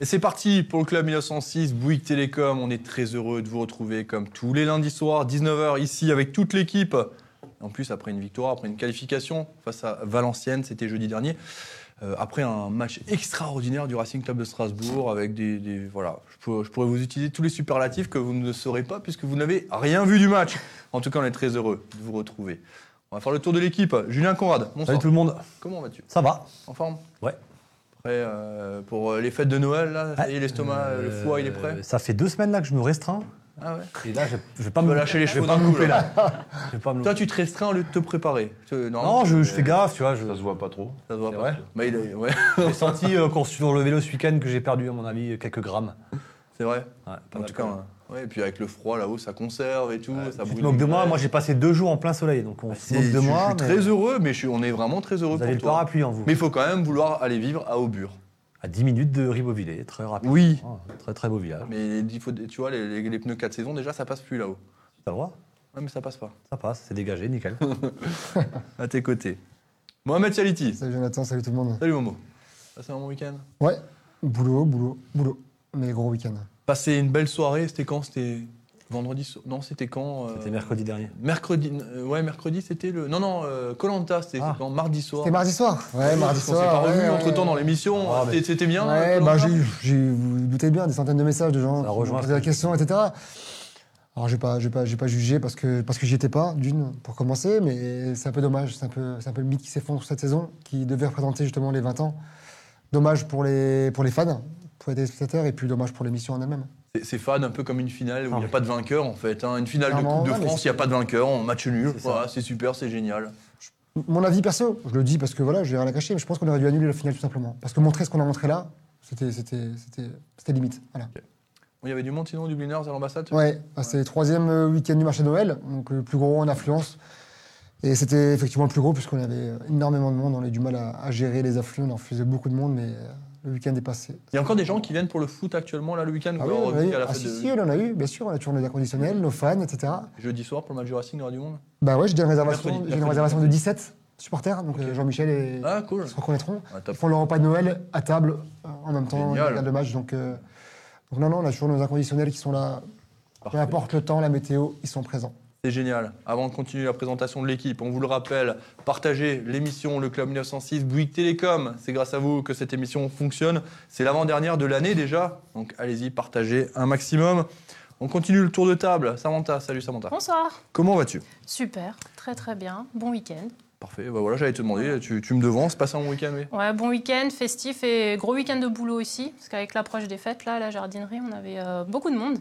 Et c'est parti pour le club 1906 Bouygues Télécom. On est très heureux de vous retrouver comme tous les lundis soirs, 19h ici avec toute l'équipe. En plus, après une victoire, après une qualification face à Valenciennes, c'était jeudi dernier. Euh, après un match extraordinaire du Racing Club de Strasbourg, avec des, des- voilà, je, pour- je pourrais vous utiliser tous les superlatifs que vous ne saurez pas puisque vous n'avez rien vu du match. En tout cas, on est très heureux de vous retrouver. On va faire le tour de l'équipe. Julien Conrad, bonsoir. Salut tout le monde, Comment vas-tu ça va En forme Ouais. Prêt euh, pour euh, les fêtes de Noël là ça y est, l'estomac, euh, le foie, il est prêt Ah, Euh, Ça fait deux semaines là que je me restreins. Ah ouais. Et là, je, je vais pas Tu me vas lâcher les je vais chevaux pas d'un me coup, louper, là. là. Je vais pas me louper. Toi, tu te restreins au lieu de te préparer. Tu- normalement, Non, je, je fais gaffe, tu vois. Je, Ça se voit pas trop. ça se voit c'est pas. vrai Bah, il est- ouais, j'ai senti euh, qu'en sur le vélo ce week-end que j'ai perdu, à mon avis, quelques grammes. c'est vrai. Ouais, pas en mal, tout cas, hein. pas mal. ouais. Ouais, et puis avec le froid là-haut, ça conserve et tout. ça tu te brûle. Bah, moques de moi. Moi, j'ai passé deux jours en plein soleil, donc on se C'est- moque de je- moi. Je suis mais très heureux, mais je suis- on est vraiment très heureux Vous avez pour le toi. parapluie en vous. Mais il faut quand même vouloir aller vivre à Aubure. À 10 minutes de Ribeauvillé, très rapide. Oui. Ah, très très beau village. Mais il faut, tu vois, les, les- les pneus 4 saisons, déjà, ça passe plus là-haut. Ça va Ouais, mais ça passe pas. Ça passe, c'est dégagé, nickel. Euh, À tes côtés. Mohamed Saliti. Salut Jonathan, salut tout le monde. Salut Momo. Passez un bon week-end. Ouais, boulot, boulot, boulot. Mais gros week-end. Passez une belle soirée. C'était quand C'était vendredi so- Non, c'était quand euh, C'était mercredi dernier. Mercredi. euh, ouais, mercredi, c'était le. Non, non, Colanta, c'était Ah. quand Mardi soir. C'était mardi soir Ouais, mardi On s'est pas soir. revus ouais, entre temps ouais. dans l'émission. Ah, mais- C'était- c'était bien. euh, Ouais, Koh-Lanta bah j'ai eu- j'ai eu- vous vous doutez bien, des centaines de messages de gens Ça qui m'ont rejoint posé ce la que- question, etc. Alors j'ai pas, j'ai pas, j'ai pas jugé parce que parce que j'y étais pas d'une pour commencer, mais c'est un peu dommage, c'est un peu, c'est un peu le mythe qui s'effondre cette saison, qui devait représenter justement les 20 ans. Dommage pour les pour les fans, pour les téléspectateurs, et puis dommage pour l'émission en elle-même. C'est- C'est fade, un peu comme une finale où il Ah n'y a ouais. pas de vainqueur en fait. hein. Une finale de Clairement, Coupe de ouais, mais France, il c'est- n'y a pas de vainqueur, on match nul. C'est ça. Voilà, c'est super, c'est génial. Mon avis perso, je le dis parce que voilà, j'ai rien à cacher, mais je pense qu'on aurait dû annuler la finale tout simplement. Parce que montrer ce qu'on a montré là, c'était c'était- c'était- c'était limite. Voilà. Il y avait du monde sinon, du Bliners à l'ambassade Ouais, bah, c'est le troisième euh, week-end du marché de Noël, donc le plus gros en affluence. Et c'était effectivement le plus gros puisqu'on avait euh, énormément de monde, on a eu du mal à, à gérer les afflux, on en faisait beaucoup de monde, mais euh, le week-end est passé. Il y a encore des gens qui viennent pour le foot actuellement, là, le week-end, Ah ou oui, alors, on a revenus eu, à la ah, fête si, de- si, on en a eu, bien sûr, on a toujours nos inconditionnels, nos fans, etc. jeudi soir pour le match du Racing, l'heure du monde. Bah ouais, j'ai des réservations, Mercredi, j'ai une mercredi. réservation de 17 supporters, donc euh, Jean-Michel et Ah, cool. ils se reconnaîtront. Ah, top. Ils font leur repas de Noël à table euh, en même temps, Génial. ils regardent le match. Donc, euh, donc non, non, on a toujours nos inconditionnels qui sont là. Parfait. Peu importe le temps, la météo, ils sont présents. C'est génial. Avant de continuer la présentation de l'équipe, on vous le rappelle, partagez l'émission Le Club 1906 Bouygues Télécom. C'est grâce à vous que cette émission fonctionne. C'est l'avant-dernière de l'année déjà. Donc allez-y, partagez un maximum. On continue le tour de table. Samantha, salut Samantha. Bonsoir. Comment vas-tu Super, très très bien. Bon week-end. Parfait, bah voilà, j'allais te demander, tu, tu me devances, passe un bon week-end, oui. Ouais, bon week-end, festif et gros week-end de boulot aussi, parce qu'avec l'approche des fêtes, là, à la jardinerie, on avait euh, beaucoup de monde.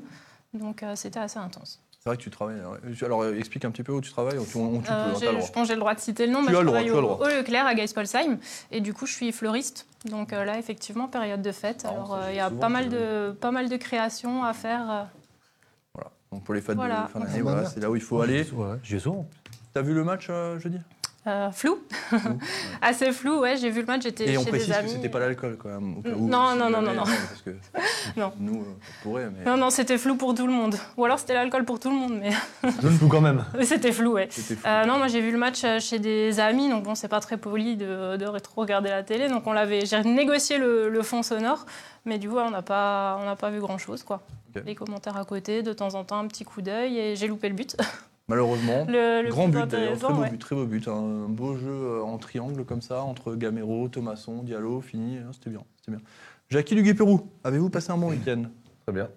Donc euh, c'était assez intense. C'est vrai que tu travailles. hein. Alors euh, explique un petit peu où tu travailles, où tu, où tu peux, Euh, hein, j'ai- t'as le je droit. pense que j'ai le droit de citer le nom, Tu mais as je le droit, tu travaille as le au, droit. au Leclerc à Geispolsheim. Et du coup, je suis fleuriste. Donc euh, là, effectivement, période de fête. Ah, on Alors s'en euh, il fait y a souvent, pas mal, c'est de, pas mal de créations à faire. euh. Voilà. Donc pour les fêtes Voilà. de fin Donc, d'année, c'est voilà, manière. c'est là où il faut aller. Ouais, J'y vais souvent. T'as vu le match euh, jeudi Euh, flou, assez flou, ouais, j'ai vu le match, j'étais Et chez on précise des que amis. c'était pas l'alcool quand même. au cas où, Non, si non, non, jamais, non, non. Parce que Non. nous, euh, on pourrait, mais Non, non, c'était flou pour tout le monde. Ou alors c'était l'alcool pour tout le monde, mais Je le fous quand même. c'était flou, ouais. c'était fou. Euh, non, moi j'ai vu le match euh, chez des amis, donc bon, c'est pas très poli de, de rétro-regarder la télé. Donc on l'avait, j'ai négocié le, le fond sonore, mais du coup, ouais, on n'a pas, on n'a pas vu grand chose, quoi. Ok. Les commentaires à côté, de temps en temps, un petit coup d'œil, et j'ai loupé le but. Malheureusement, le, le grand plus but d'ailleurs, intéressant, très beau ouais. but, très beau but. hein. Un beau jeu euh, en triangle comme ça, entre Gamero, Thomasson, Diallo, fini. hein, C'était bien, c'était bien. Jackie Duguay-Pérou, avez-vous passé un bon week-end Très bien.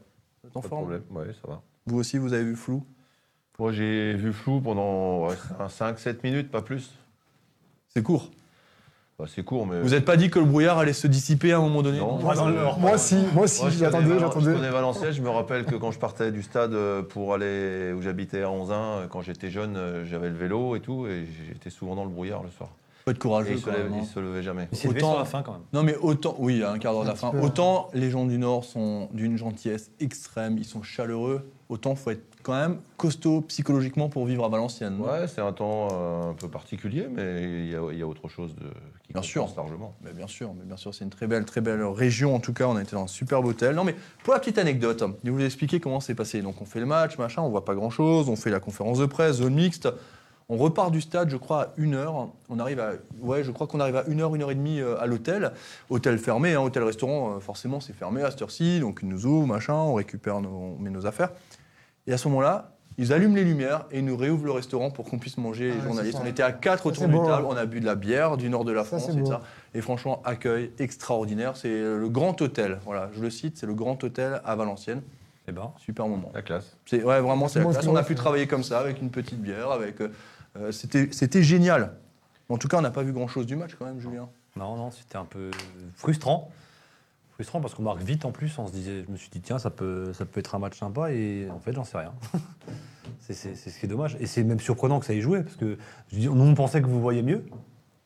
Vous êtes En pas de forme problème. Ouais, ça va. Vous aussi, vous avez vu flou Moi, j'ai vu flou pendant 5-7 minutes, pas plus. C'est court. Bah, c'est court, mais. Vous n'êtes pas dit que le brouillard allait se dissiper à un moment donné Non. Moi, Moi, dans le Nord. moi aussi, moi aussi, Moi, je connais j'attendais, Valen- Je j'attendais. connais Valenciennes, je me rappelle que quand je partais du stade euh, pour aller où j'habitais à 11 quand j'étais jeune, euh, j'avais le vélo et tout, et j'étais souvent dans le brouillard le soir. Faut être Et courageux il se, quand même, lève- hein. il se levait jamais. Il s'est levé Autant- sur la fin quand même. Non mais autant, oui, à un quart d'heure de la Un fin, petit peu. autant les gens du Nord sont d'une gentillesse extrême, ils sont chaleureux, autant faut être quand même costaud psychologiquement pour vivre à Valenciennes. non Ouais, c'est un temps euh, un peu particulier, mais il y a, il y a autre chose de, qui Bien compense sûr. largement. Mais bien sûr, mais bien sûr, c'est une très belle, très belle région. En tout cas, on a été dans un superbe hôtel. Non, mais pour la petite anecdote, hein, je vais vous expliquer comment c'est passé. Donc, on fait le match, machin, on voit pas grand-chose, on fait la conférence de presse, zone mixte. On repart du stade, je crois, à 1h. On arrive à. Ouais, je crois qu'on arrive à 1h, 1h30 euh, à l'hôtel. Hôtel fermé, hein, hôtel-restaurant, euh, forcément, c'est fermé à cette heure-ci. Donc, ils nous ouvrent, machin, on récupère, nos, on met nos affaires. Et à ce moment-là, ils allument les lumières et ils nous réouvrent le restaurant pour qu'on puisse manger, Ah les ouais, journalistes. c'est ça. On était à quatre Ça, autour c'est d'une beau, table, hein. on a bu de la bière du nord de la Ça, France c'est et beau. ça. Et franchement, accueil extraordinaire. C'est le Grand Hôtel. Voilà, je le cite, c'est le Grand Hôtel à Valenciennes. Eh ben, Super moment. La classe. C'est ouais, vraiment c'est la Moi, classe. je On a vois, pu c'est- travailler comme ça avec une petite bière, avec. euh, euh, c'était c'était génial. En tout cas, on n'a pas vu grand chose du match quand même, Julien. non, non, c'était un peu frustrant. Frustrant parce qu'on marque vite en plus. On se disait, je me suis dit, tiens, ça peut, ça peut être un match sympa et en fait, j'en sais rien. c'est c'est- c'est ce qui est dommage. Et c'est même surprenant que ça ait joué parce que je dis, on pensait que vous voyez mieux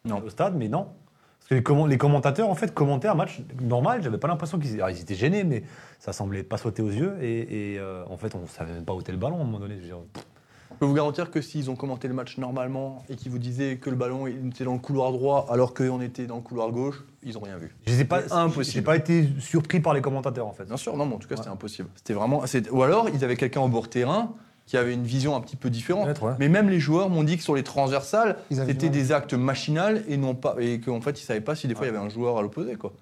Non. au stade, mais non. Parce que les, commen- les commentateurs, en fait, commentaient un match normal. J'avais pas l'impression qu'ils alors, ils étaient gênés, mais ça semblait pas sauter aux yeux. Et, et, euh, en fait, on savait même pas où était le ballon à un moment donné. Je veux dire, Je peux vous garantir que s'ils ont commenté le match normalement et qu'ils vous disaient que le ballon il était dans le couloir droit alors qu'on était dans le couloir gauche, ils n'ont rien vu. Je les ai pas, C'est impossible. J'ai pas été surpris par les commentateurs en fait. Bien sûr, non, mais en tout cas, c'était impossible. C'était vraiment. c'est- Ou alors, ils avaient quelqu'un en bord terrain qui avait une vision un petit peu différente. Peut-être, ouais. Mais même les joueurs m'ont dit que sur les transversales, Ils avaient c'était du mal. des actes machinales et non pas et qu'en fait, ils savaient pas si des fois il y avait un joueur à l'opposé, quoi.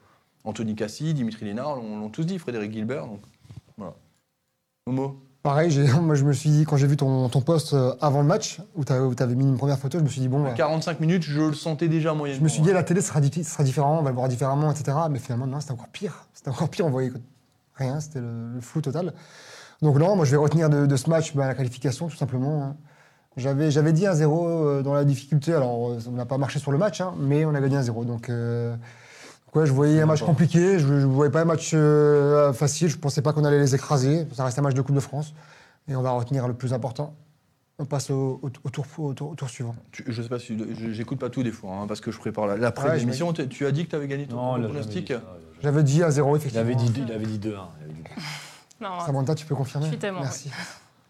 Anthony Cassis, Dimitri Lénard, on l'ont tous dit, Frédéric Gilbert. Donc voilà. Momo. Pareil, j'ai- moi je me suis dit, quand j'ai vu ton, ton post euh, avant le match, où t'avais où t'avais mis une première photo, je me suis dit, bon, à ouais. 45 minutes, je le sentais déjà moyennement. hein. je me suis dit, à la télé, ce sera, diffi- ce sera différent, on va le voir différemment, etc. Mais finalement, non, c'était encore pire. C'était encore pire, on voyait rien, c'était le, le flou total. Donc, non, moi je vais retenir de, de ce match bah, la qualification, tout simplement. hein. J'avais, j'avais dit 1-0 euh, dans la difficulté, alors euh, on n'a pas marché sur le match, hein, mais on a gagné 1-0. Donc, euh, donc ouais, je voyais un match compliqué, je ne voyais pas un match euh, facile, je ne pensais pas qu'on allait les écraser. Ça reste un match de Coupe de France, et on va retenir le plus important. On passe au, au- au tour, au tour- au tour suivant. Tu- je sais pas si je- j'écoute pas tout des fois, hein, parce que je prépare la, la Ouais, pré-émission. Tu- tu as dit que tu avais gagné ton Non, il a jamais dit pronostic. ça. J'avais dit 1-0, Il effectivement. avait dit, il avait dit 2-1. il avait dit 2-1. Non, Samantha, tu peux confirmer Je suis témoin, Merci.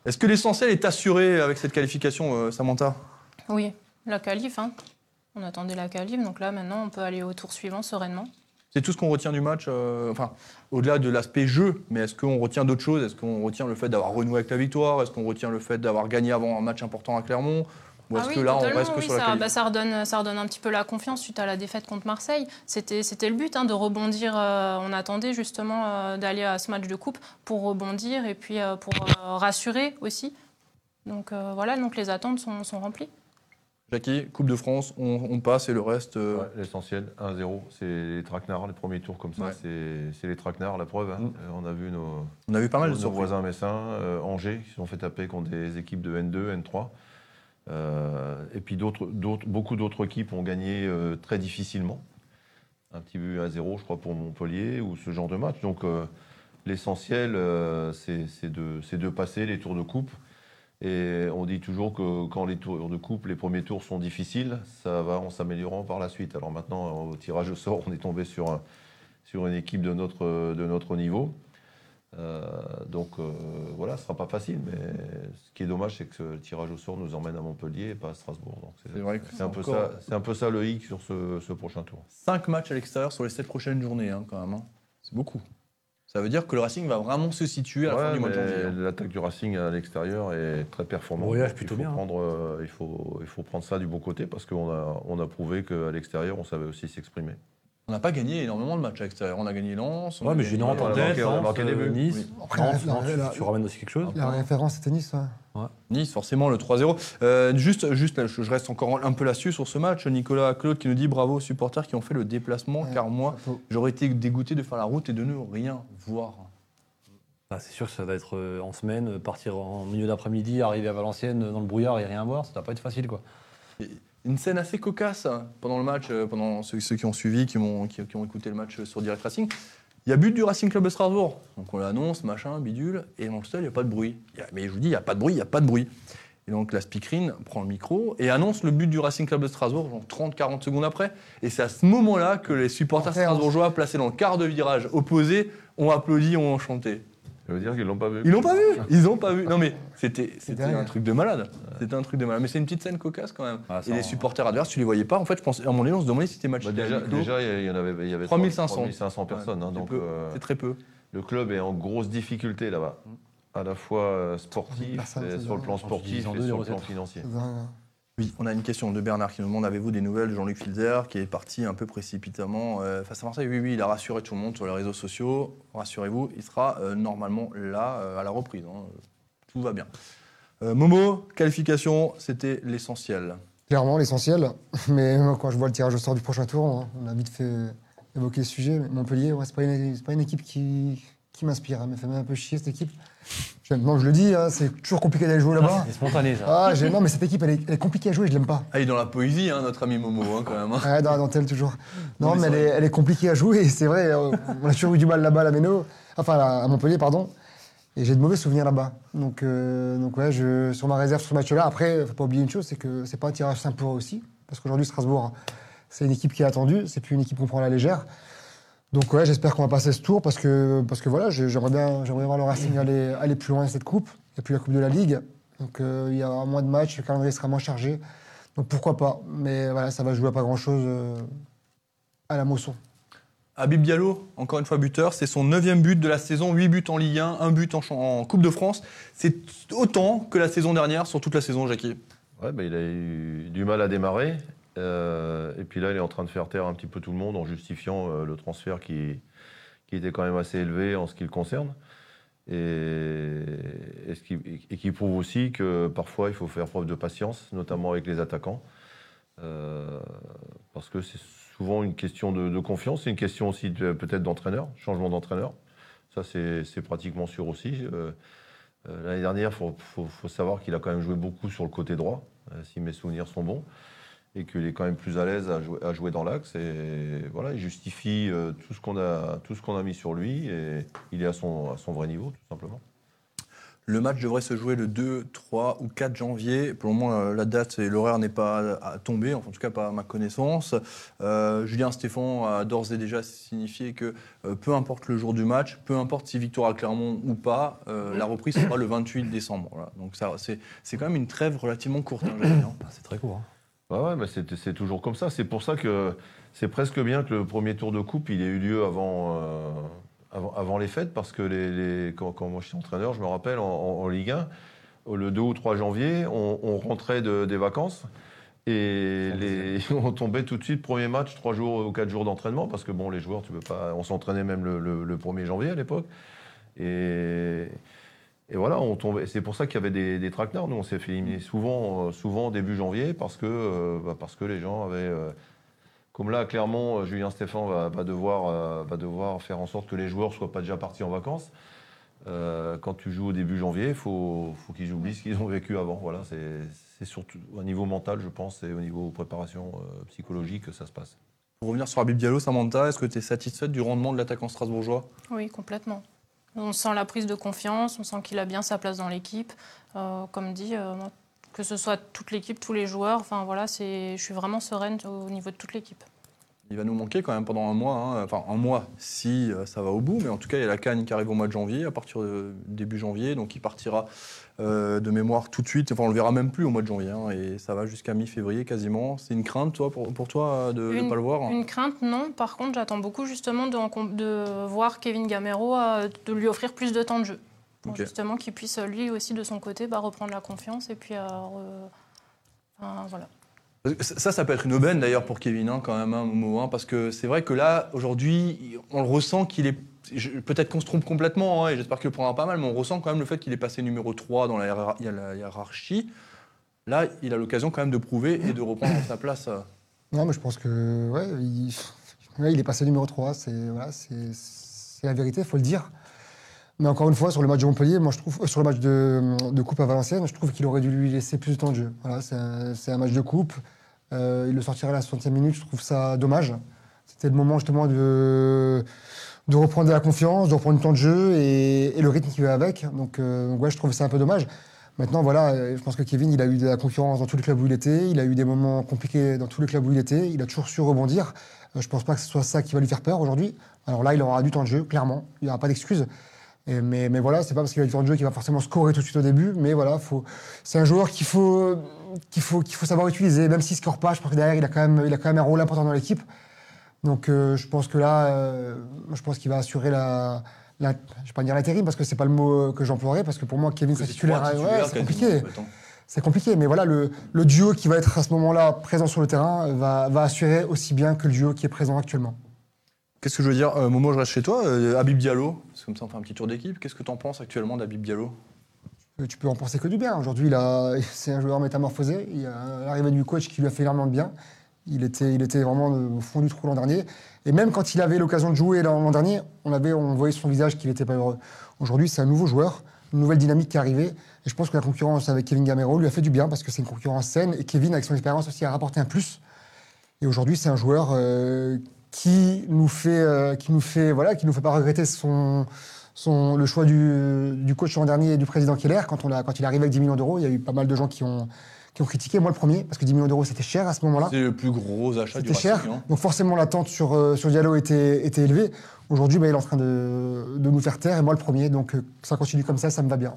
Est-ce que l'essentiel est assuré avec cette qualification, euh, Samantha Oui, la qualif. hein. On attendait la qualif, donc là maintenant on peut aller au tour suivant sereinement. C'est tout ce qu'on retient du match, euh, enfin, au-delà de l'aspect jeu, mais est-ce qu'on retient d'autres choses Est-ce qu'on retient le fait d'avoir renoué avec la victoire Est-ce qu'on retient le fait d'avoir gagné avant un match important à Clermont Ou est-ce Ah oui, que là, on totalement, reste que oui, sur la ça, qualif bah, ça redonne, ça redonne un petit peu la confiance suite à la défaite contre Marseille. C'était c'était le but hein, de rebondir. euh, on attendait justement euh, d'aller à ce match de coupe pour rebondir et puis euh, pour euh, rassurer aussi. Donc euh, voilà, donc les attentes sont, sont remplies. Jackie, Coupe de France, on, on passe et le reste. euh, Ouais, L'essentiel, 1-0, c'est les traquenards, les premiers tours comme ça, Ouais. c'est c'est les traquenards, la preuve. hein. Mm. Euh, On a vu nos, On a vu pas mal de nos surprises. voisins messins, euh, Angers, qui se sont fait taper contre des équipes de N2, N3. Euh, et puis d'autres, d'autres- beaucoup d'autres équipes ont gagné euh, très difficilement. Un petit but à 0, je crois, pour Montpellier ou ce genre de match. Donc euh, l'essentiel, euh, c'est c'est de, c'est de passer les tours de coupe. Et on dit toujours que quand les tours de coupe, les premiers tours sont difficiles, ça va en s'améliorant par la suite. Alors maintenant, au tirage au sort, on est tombé sur, un- sur une équipe de notre, de notre niveau. Euh, donc euh, voilà, ce sera pas facile, mais ce qui est dommage, c'est que ce tirage au sort nous emmène à Montpellier et pas à Strasbourg. Donc c'est- C'est vrai que c'est un, peu ça- c'est un peu ça le hic sur ce, ce prochain tour. 5 matchs à l'extérieur sur les 7 prochaines journées, hein, quand même. hein. C'est beaucoup. Ça veut dire que le Racing va vraiment se situer à la fin Ouais, du mois de mais janvier. hein. L'attaque du Racing à l'extérieur est très performante. Voyage Donc, plutôt il faut bien. Prendre, euh, il, faut, il faut prendre ça du bon côté parce qu'on a, on a prouvé qu'à l'extérieur, on savait aussi s'exprimer. On n'a pas gagné énormément de matchs à l'extérieur. On a gagné Lens. on Ouais, a mais gagné- Générant on en a tête, marqué- on a Lens, marqué des buts. euh, Nice. Oui. Après, Lens, la- Lens, la- la- tu, tu ramènes aussi quelque chose La référence, hein. c'était Nice, ouais. Nice, forcément, le 3-0. Euh, juste, juste là, je je reste encore un peu là-dessus sur ce match. Nicolas Claude qui nous dit bravo aux supporters qui ont fait le déplacement, Ouais, car moi, chapeau. j'aurais été dégoûté de faire la route et de ne rien voir. Ah, C'est sûr que ça va être euh, en semaine, euh, partir en milieu d'après-midi, arriver à Valenciennes euh, dans le brouillard et rien voir, ça va pas être facile quoi. Une scène assez cocasse hein, pendant le match, euh, pendant ceux, ceux qui ont suivi, qui ont, qui, qui ont écouté le match euh, sur Direct Racing. Il y a but du Racing Club de Strasbourg. Donc on l'annonce, machin, bidule, et dans le stade, il n'y a pas de bruit. Il y a- mais je vous dis, il n'y a pas de bruit, il n'y a pas de bruit. Et donc la speakerine prend le micro et annonce le but du Racing Club de Strasbourg, genre 30-40 secondes après. Et c'est à ce moment-là que les supporters Enfer. strasbourgeois placés dans le quart de virage opposé ont applaudi, ont chanté. Ça veut dire qu'ils l'ont pas vu. Ils l'ont pas vu Ils l'ont pas vu Non mais c'était c'était dingue. un truc de malade. C'était un truc de malade. Mais c'est une petite scène cocasse quand même. Ah, ça, et les on- supporters adverses, tu les voyais pas. En fait, je pense, à mon moment on se demandait si c'était match Bah, était à déjà, huis clos. déjà, il y en avait, il y avait 3500. 3500 personnes. hein, C'est donc, peu. euh, C'est Mm. très peu. le club est en grosse difficulté là-bas. À la fois euh, sportif, Personne, et c'est sur le Ah, dingue. Ils plan ont sportif et deux sur le recettes. plan financier. C'est dingue, hein. Oui, on a une question de Bernard qui nous demande avez-vous des nouvelles de Jean-Luc Filzer qui est parti un peu précipitamment euh, face à Marseille Oui, oui, il a rassuré tout le monde sur les réseaux sociaux. Rassurez-vous, il sera euh, normalement là euh, à la reprise. hein. Tout va bien. Euh, Momo, qualification, c'était l'essentiel. Clairement, l'essentiel. Mais euh, quand je vois le tirage au sort du prochain tour, on- on a vite fait évoquer le sujet. Mais Montpellier, ouais, c'est pas, une- c'est pas une équipe qui, qui m'inspire. hein. Elle me fait même un peu chier, cette équipe. Je- Non, je le dis, hein, c'est toujours compliqué d'aller jouer là-bas. C'est spontané, ça. Ah, j'ai- non, mais cette équipe, elle est, elle est compliquée à jouer, je l'aime pas. Ah, il est dans la poésie, hein, notre ami Momo, hein, quand même. hein. Ouais, dans la dentelle, toujours. Non, Non, mais mais elle c'est est, elle est compliquée à jouer, et c'est vrai. euh, On a toujours eu du mal là-bas à la Méno, enfin à à Montpellier, pardon. Et j'ai de mauvais souvenirs là-bas. Donc, euh, donc ouais, je, sur ma réserve sur ce match-là. Après, faut pas oublier une chose, c'est que c'est pas un tirage simple pour eux aussi. Parce qu'aujourd'hui, Strasbourg, c'est une équipe qui est attendue, c'est plus une équipe qu'on prend à la légère. Donc ouais, j'espère qu'on va passer ce tour parce que, parce que voilà, je- j'aimerais bien, j'aimerais voir le Racing aller, aller plus loin cette coupe. Il n'y a plus la Coupe de la Ligue. Donc euh, il y aura moins de matchs, le calendrier sera moins chargé. Donc pourquoi pas Mais voilà, ça va jouer à pas grand-chose euh, à la Mosson. Habib Diallo, encore une fois buteur, c'est son neuvième but de la saison, 8 buts en Ligue 1, 1 but en, champ- en Coupe de France. C'est autant que la saison dernière sur toute la saison, Jackie. Ouais, bah, il a eu du mal à démarrer. euh, et puis là, il est en train de faire taire un petit peu tout le monde en justifiant euh, le transfert qui, qui était quand même assez élevé en ce qui le concerne. Et, et ce qui, et qui prouve aussi que parfois, il faut faire preuve de patience, notamment avec les attaquants. Euh, parce que c'est souvent une question de, de confiance, c'est une question aussi de- peut-être d'entraîneur, changement d'entraîneur. Ça, c'est c'est pratiquement sûr aussi. Euh, euh, L'année dernière, il faut, faut- faut savoir qu'il a quand même joué beaucoup sur le côté droit, euh, si mes souvenirs sont bons, et qu'il est quand même plus à l'aise à jouer, à jouer dans l'axe. Et voilà, il justifie euh, tout ce qu'on a, tout ce qu'on a mis sur lui, et il est à son, à son vrai niveau, tout simplement. Le match devrait se jouer le 2, 3 ou 4 janvier. Pour le moment, euh, la date et l'horaire n'est pas euh, à tomber, enfin, en tout cas pas à ma connaissance. Euh, Julien Stéphan a d'ores et déjà signifié que euh, peu importe le jour du match, peu importe si victoire à Clermont ou pas, euh, la reprise sera le 28 décembre. Voilà. Donc ça, c'est c'est quand même une trêve relativement courte. hein, Jackie, hein. Ah, C'est très court. hein. Ouais, ouais, mais c'est c'est toujours comme ça. C'est pour ça que c'est presque bien que le premier tour de coupe il ait eu lieu avant, euh, avant, avant les fêtes, parce que les, les- quand, quand moi j'étais entraîneur, je me rappelle en, en- en Ligue 1, le 2 ou 3 janvier, on, on rentrait de- des vacances et les, on tombait tout de suite premier match, 3 jours ou 4 jours d'entraînement, parce que bon, les joueurs, tu peux pas. On s'entraînait même le, le- le 1er janvier à l'époque. Et, et voilà, on tombait. C'est pour ça qu'il y avait des, des traquenards. Nous, on s'est fait éliminer souvent, euh, souvent début janvier parce que, euh, bah, parce que les gens avaient. euh, comme là, clairement, euh, Julien Stéphan va, va devoir, euh, va devoir faire en sorte que les joueurs soient pas déjà partis en vacances. Euh, quand tu joues au début janvier, il faut, faut qu'ils oublient ce qu'ils ont vécu avant. Voilà, c'est c'est surtout au niveau mental, je pense, et au niveau préparation euh, psychologique que ça se passe. Pour revenir sur Habib Diallo, Samantha, est-ce que tu es satisfaite du rendement de l'attaquant strasbourgeois Oui, complètement. On sent la prise de confiance, on sent qu'il a bien sa place dans l'équipe. Euh, comme dit, euh, moi, que ce soit toute l'équipe, tous les joueurs, enfin voilà, c'est, je suis vraiment sereine au niveau de toute l'équipe. Il va nous manquer quand même pendant un mois, hein. enfin un mois si euh, ça va au bout, mais en tout cas il y a la canne qui arrive au mois de janvier, à partir de début janvier, donc il partira euh, de mémoire tout de suite, enfin on le verra même plus au mois de janvier, hein, et ça va jusqu'à mi-février quasiment. C'est une crainte toi, pour, pour toi euh, de ne Une- pas le voir Une crainte, non. Par contre, j'attends beaucoup justement de, rencom- de voir Kevin Gamero, euh, de lui offrir plus de temps de jeu. Pour Ok. justement qu'il puisse lui aussi de son côté bah, reprendre la confiance et puis euh, re- enfin, voilà. Parce que Ça, ça peut être une aubaine d'ailleurs pour Kevin, hein, quand même, hein, Momo, hein, parce que c'est vrai que là, aujourd'hui, on le ressent qu'il est. je- Peut-être qu'on se trompe complètement, hein, et j'espère qu'il le prendra pas mal, mais on ressent quand même le fait qu'il est passé numéro 3 dans la, hiérar- il y a la hiérarchie. Là, il a l'occasion quand même de prouver et de reprendre sa place. euh. Non, mais je pense que ouais, il, ouais, il est passé numéro 3. C'est voilà, c'est- c'est la vérité, il faut le dire. Mais encore une fois, sur le match de Montpellier, moi, je trouve, euh, sur le match de, de Coupe à Valenciennes, je trouve qu'il aurait dû lui laisser plus de temps de jeu. Voilà, c'est un, c'est un match de Coupe. Euh, il le sortira à la 60e minute, je trouve ça dommage. C'était le moment justement de, de reprendre de la confiance, de reprendre du temps de jeu et, et le rythme qui va avec. Donc, euh, donc ouais, je trouve ça un peu dommage. Maintenant, voilà, euh, je pense que Kevin, il a eu de la concurrence dans tous les clubs où il était, il a eu des moments compliqués dans tous les clubs où il était, il a toujours su rebondir. Euh, Je pense pas que ce soit ça qui va lui faire peur aujourd'hui. Alors là, il aura du temps de jeu, clairement, il n'y aura pas d'excuses. Et- Mais, mais voilà, c'est pas parce qu'il a du temps de jeu qu'il va forcément scorer tout de suite au début, mais voilà, faut, c'est un joueur qu'il faut, qu'il faut, qu'il faut savoir utiliser, même s'il score pas, je pense que derrière, il a quand même, il a quand même un rôle important dans l'équipe. Donc euh, je pense que là, euh, je pense qu'il va assurer la... la- je vais pas dire l'intérim parce que c'est pas le mot euh, que j'emploierais parce que pour moi Kevin c'est Parce que c'est titulaire, trois ouais, titulaires c'est quasiment, compliqué. en fait, hein. c'est compliqué. Mais voilà, le, le duo qui va être à ce moment-là présent sur le terrain va, va assurer aussi bien que le duo qui est présent actuellement. Qu'est-ce que je veux dire Euh, Momo, je reste chez toi. Euh, Habib Diallo, c'est comme ça on fait un petit tour d'équipe. Qu'est-ce que t'en penses actuellement d'Habib Diallo Euh, Tu peux en penser que du bien. Aujourd'hui, il a- c'est un joueur métamorphosé. Il y a l'arrivée du coach qui lui a fait énormément de bien. Il était, il était vraiment euh, au fond du trou l'an dernier. Et même quand il avait l'occasion de jouer l'an l'an dernier, on, avait, on voyait sur son visage qu'il n'était pas heureux. Aujourd'hui, c'est un nouveau joueur, une nouvelle dynamique qui est arrivée. Et je pense que la concurrence avec Kevin Gamero lui a fait du bien parce que c'est une concurrence saine. Et Kevin, avec son expérience aussi, a rapporté un plus. Et aujourd'hui, c'est un joueur euh, qui nous fait, euh, qui nous fait, voilà, qui nous fait pas regretter son, son, le choix du, du coach l'an dernier et du président Keller. Quand, on l'a- quand il est arrivé avec 10 millions d'euros, il y a eu pas mal de gens qui ont, qui ont critiqué. Moi, le premier, parce que 10 millions d'euros, c'était cher à ce moment-là. C'est le plus gros achat du C'était Racing. cher. hein. Donc forcément, l'attente sur, euh, sur Diallo était, était élevée. Aujourd'hui, bah, il est en train de, de nous faire taire, et moi le premier. Donc euh, ça continue comme ça, ça me va bien.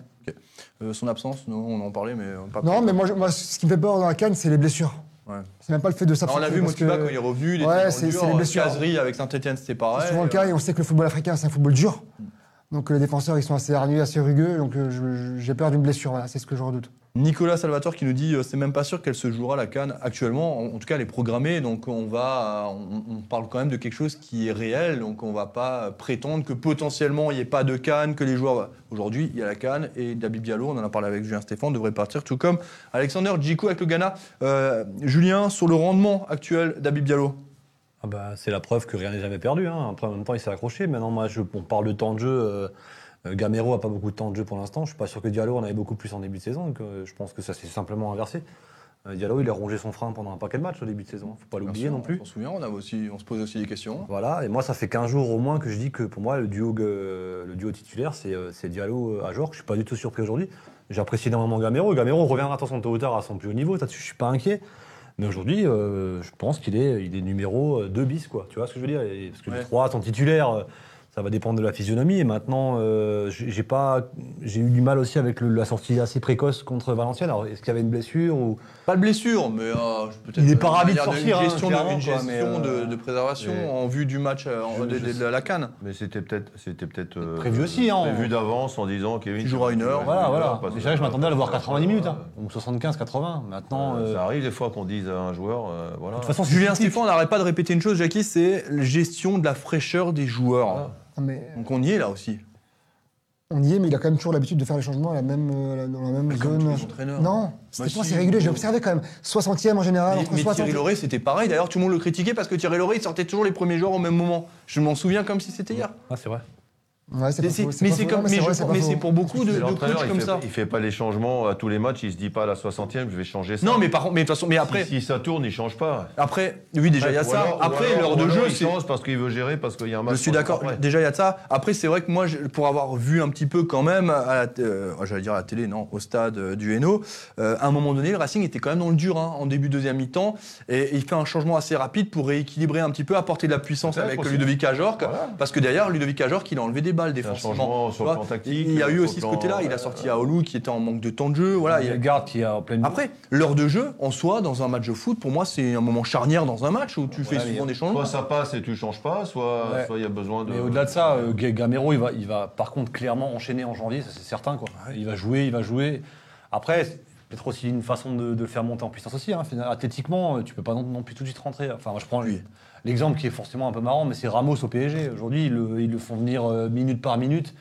Euh, son absence, non, on en parlait, mais euh, pas Non, plus. mais moi, je- moi, ce qui me fait peur dans la canne, c'est les blessures. Ouais. C'est même pas le fait de Alors, s'absenter. on a vu parce Motiba que quand il est revenu, il était Ouais, dans c'est- le c'est dur. les blessures. Cazerie avec Saint-Etienne, c'était pareil. C'est souvent le cas, et on sait que le football africain, c'est un football dur. Mm. Donc euh, les défenseurs, ils sont assez hargneux, assez rugueux. Donc euh, je- je- j'ai peur d'une blessure, voilà, c'est ce que je redoute. Nicolas Salvatore qui nous dit euh, c'est même pas sûr qu'elle se jouera la Cannes actuellement. En, en tout cas, elle est programmée, donc on va, euh, on, on parle quand même de quelque chose qui est réel, donc on va pas prétendre que potentiellement il n'y ait pas de Cannes, que les joueurs. Aujourd'hui, il y a la Cannes et Dabi Diallo, on en a parlé avec Julien Stéphane, devrait partir, tout comme Alexander Djikou avec le Ghana. Euh, Julien, sur le rendement actuel d'Abib Diallo, Ah bah, c'est la preuve que rien n'est jamais perdu. hein. Après, en même temps, il s'est accroché. Maintenant, moi, je, on parle de temps de jeu. euh, euh, Gamero a pas beaucoup de temps de jeu pour l'instant. Je suis pas sûr que Diallo en avait beaucoup plus en début de saison. Donc, euh, je pense que ça s'est simplement inversé. Euh, Diallo, il a rongé son frein pendant un paquet de matchs au début de saison. hein. Faut pas l'oublier Bien sûr, non plus. On s'en souvient, on, avait aussi, on se posait aussi des questions. Voilà. Et moi, ça fait 15 jours au moins que je dis que pour moi, le duo, euh, le duo titulaire, c'est euh, c'est Diallo à Jorge. Je suis pas du tout surpris aujourd'hui. J'apprécie énormément Gamero. Gamero reviendra attention tôt ou tard à son plus haut niveau. Là-dessus, je suis pas inquiet. Mais aujourd'hui, euh, je pense qu'il est, il est numéro euh, 2 bis, quoi. Tu vois ce que je veux dire Et- Parce que Ouais. le 3, ton titulaire, euh, ça va dépendre de la physionomie. Et maintenant, euh, j'ai j'ai pas, j'ai eu du mal aussi avec le- la sortie assez précoce contre Valenciennes. Alors, est-ce qu'il y avait une blessure ou Pas de blessure, mais euh, je- peut-être. Il est euh, pas ravi de une manière sortir, hein, Une gestion, de, clairement, une quoi, gestion mais, euh, de, de préservation mais- en vue du match euh, en- Je- de, je de- de la canne. Mais c'était peut-être c'était peut-être euh, Prévu aussi, hein, prévu on- d'avance en disant Kevin Tu joueras une heure, Voilà, voilà. parce Mais que- c'est vrai que je m'attendais à le voir 90 minutes, hein. Euh, ou 75, 80. Maintenant, euh, Ça arrive des fois qu'on dise à un joueur euh, voilà. de toute façon, c'est Julien cyclique. Stéphane, on n'arrête pas de répéter une chose, Jackie, c'est la gestion de la fraîcheur des joueurs. Non, Mais Donc on y est là aussi. on y est, mais il a quand même toujours l'habitude de faire les changements à la même, euh, dans la même Mais comme zone. tous les entraîneurs. non, c'était Bah pas si. assez régulé. J'ai observé quand même 60e en général. Mais, Ah, entre mais 60 Thierry Lauré, c'était pareil. D'ailleurs, tout le monde le critiquait parce que Thierry Lauré, il sortait toujours les premiers joueurs au même moment. Je m'en souviens comme si c'était hier. Ah, c'est vrai. Ouais, c'est Mais pas c'est faux, mais pas c'est faux. comme- Non, mais mais vrai, je- pas mais faux. c'est pour beaucoup de, Mais de l'entraîneur, coachs il comme fait- ça. Il fait pas les changements à tous les matchs, il se dit pas à la 60e, je vais changer ça. Non, mais par contre, mais de toute façon, mais après, après si, si ça tourne, il change pas. après, oui, déjà il y a Ou ça. alors- ou après, alors- l'heure ou de alors jeu, il c'est change parce qu'il veut gérer parce qu'il y a un match. Je suis pour le d'accord. après. Déjà, il y a de ça. Après, c'est vrai que moi, je- pour avoir vu un petit peu quand même, à la t- euh, j'allais dire à la télé, non, au stade euh, du Hainaut, euh, à un moment donné, le Racing était quand même dans le dur hein, en début deuxième mi-temps. Et, et il fait un changement assez rapide pour rééquilibrer un petit peu, apporter de la puissance Peut-être avec aussi. Ludovic Ajorc. Voilà. Parce que derrière, Ludovic Ajorc, il a enlevé des balles C'est un défensivement. changement sur le Tu plan vois, tactique, Il y a eu aussi sur le ce plan- euh, côté-là. Il a sorti à Olou qui était en manque de temps de jeu. Voilà, Voilà, il y a il- le garde qui a en pleine. Après, l'heure de jeu, en soi, dans un match de foot, pour moi, c'est un moment charnière dans un match où tu fais Voilà, mais- souvent des changements. Soit ça passe et tu changes pas, soit soit il Ouais. y a besoin de. Mais au-delà de ça, euh, Ga- Gamero, il va, il va par contre clairement enchaîner en janvier, ça c'est certain. Quoi. Il va jouer, il va jouer. Après, c'est peut-être aussi une façon de, de le faire monter en puissance aussi. Hein. Finalement, Athlétiquement, euh, tu peux pas non, non plus tout de suite rentrer. Enfin, moi je prends lui. L'exemple qui est forcément un peu marrant, mais c'est Ramos au PSG. Aujourd'hui, ils le, ils le font venir euh, minute par minute.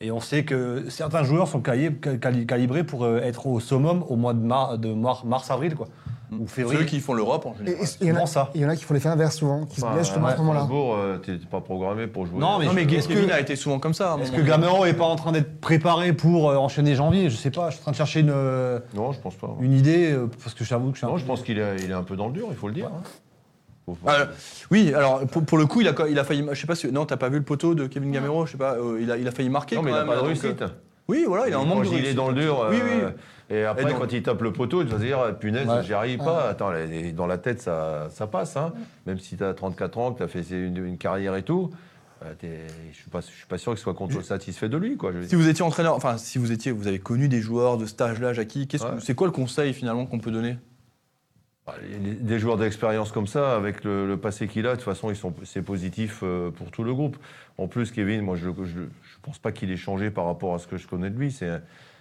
Et on sait que certains joueurs sont cali- cali- calibrés pour euh, être au summum au mois de, mar- de mar- mars-avril, quoi. Ou février. Ceux qui font l'Europe en Et- général. et- Il y en souvent a- ça. il y en a qui font l'effet inverse souvent, qui se Bah, Enfin, blessent justement à ouais, ce moment-là. Strasbourg, euh, t'es t'es pas programmé pour jouer. Non, mais Non, mais Est-ce Kevin que- a été souvent comme ça. à un Est-ce moment que donné. Gamero est pas en train d'être préparé pour euh, enchaîner janvier Je sais pas, je suis en train de chercher une, euh, Non, je pense pas. une idée, euh, parce que j'avoue que je suis un Non, peu- je pense qu'il est, il est un peu dans le dur, il faut le dire. hein. Faut pas- Ah, oui, alors pour, pour le coup, il a, quand- il a failli. Je sais pas si. Non, t'as pas vu le poteau de Kevin Gamero Je sais pas. euh, il, a, il a failli marquer. non, mais il quand n'a même, pas de donc, réussite. euh, oui, voilà, il a un manque de Quand il est réussite. dans le dur. Oui, euh, Et après, Et donc- quand il tape le poteau, il va se dire punaise, Ouais. j'y arrive pas. Attends, là, il est- dans la tête, ça, ça passe. hein. Même si tu as 34 ans, que tu as fait une, une carrière et tout, euh, t'es- je ne suis, pas- je suis pas sûr qu'il soit content- satisfait de lui. Quoi, je veux Si dire. vous étiez entraîneur, enfin, si vous étiez, vous avez connu des joueurs de stage là, Jackie. qu'est-ce que- Ouais. C'est quoi le conseil finalement qu'on peut donner Bah, les- les- Des joueurs d'expérience comme ça, avec le, le passé qu'il a, de toute façon, ils sont- c'est positif euh, pour tout le groupe. En plus, Kevin, moi, je ne pense pas qu'il ait changé par rapport à ce que je connais de lui. C'est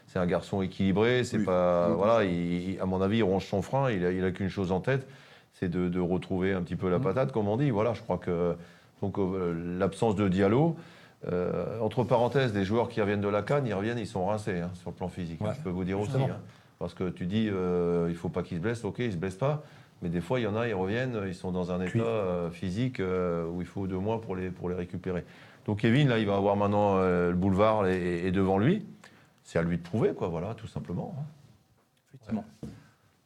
c'est un garçon équilibré. C'est Oui. pas Oui. voilà. il- il- à mon avis, il ronge son frein. Il a, il a qu'une chose en tête, c'est de, de retrouver un petit peu Mhm. la patate, comme on dit. Voilà, je crois que donc euh, l'absence de Diallo. euh, entre parenthèses, les joueurs qui reviennent de la canne, ils reviennent, ils sont rincés hein, sur le plan physique. Ouais. Je peux vous dire aussi. Justement. hein. parce que tu dis, euh, il faut pas qu'ils se blessent. Ok, ils se blessent pas. Mais des fois, il y en a, ils reviennent, ils sont dans un Puis- état euh, physique euh, où il faut deux mois pour les, pour les récupérer. Donc Kevin, là, il va avoir maintenant euh, le boulevard et, et devant lui. C'est à lui de prouver, quoi, voilà, tout simplement. hein. Effectivement.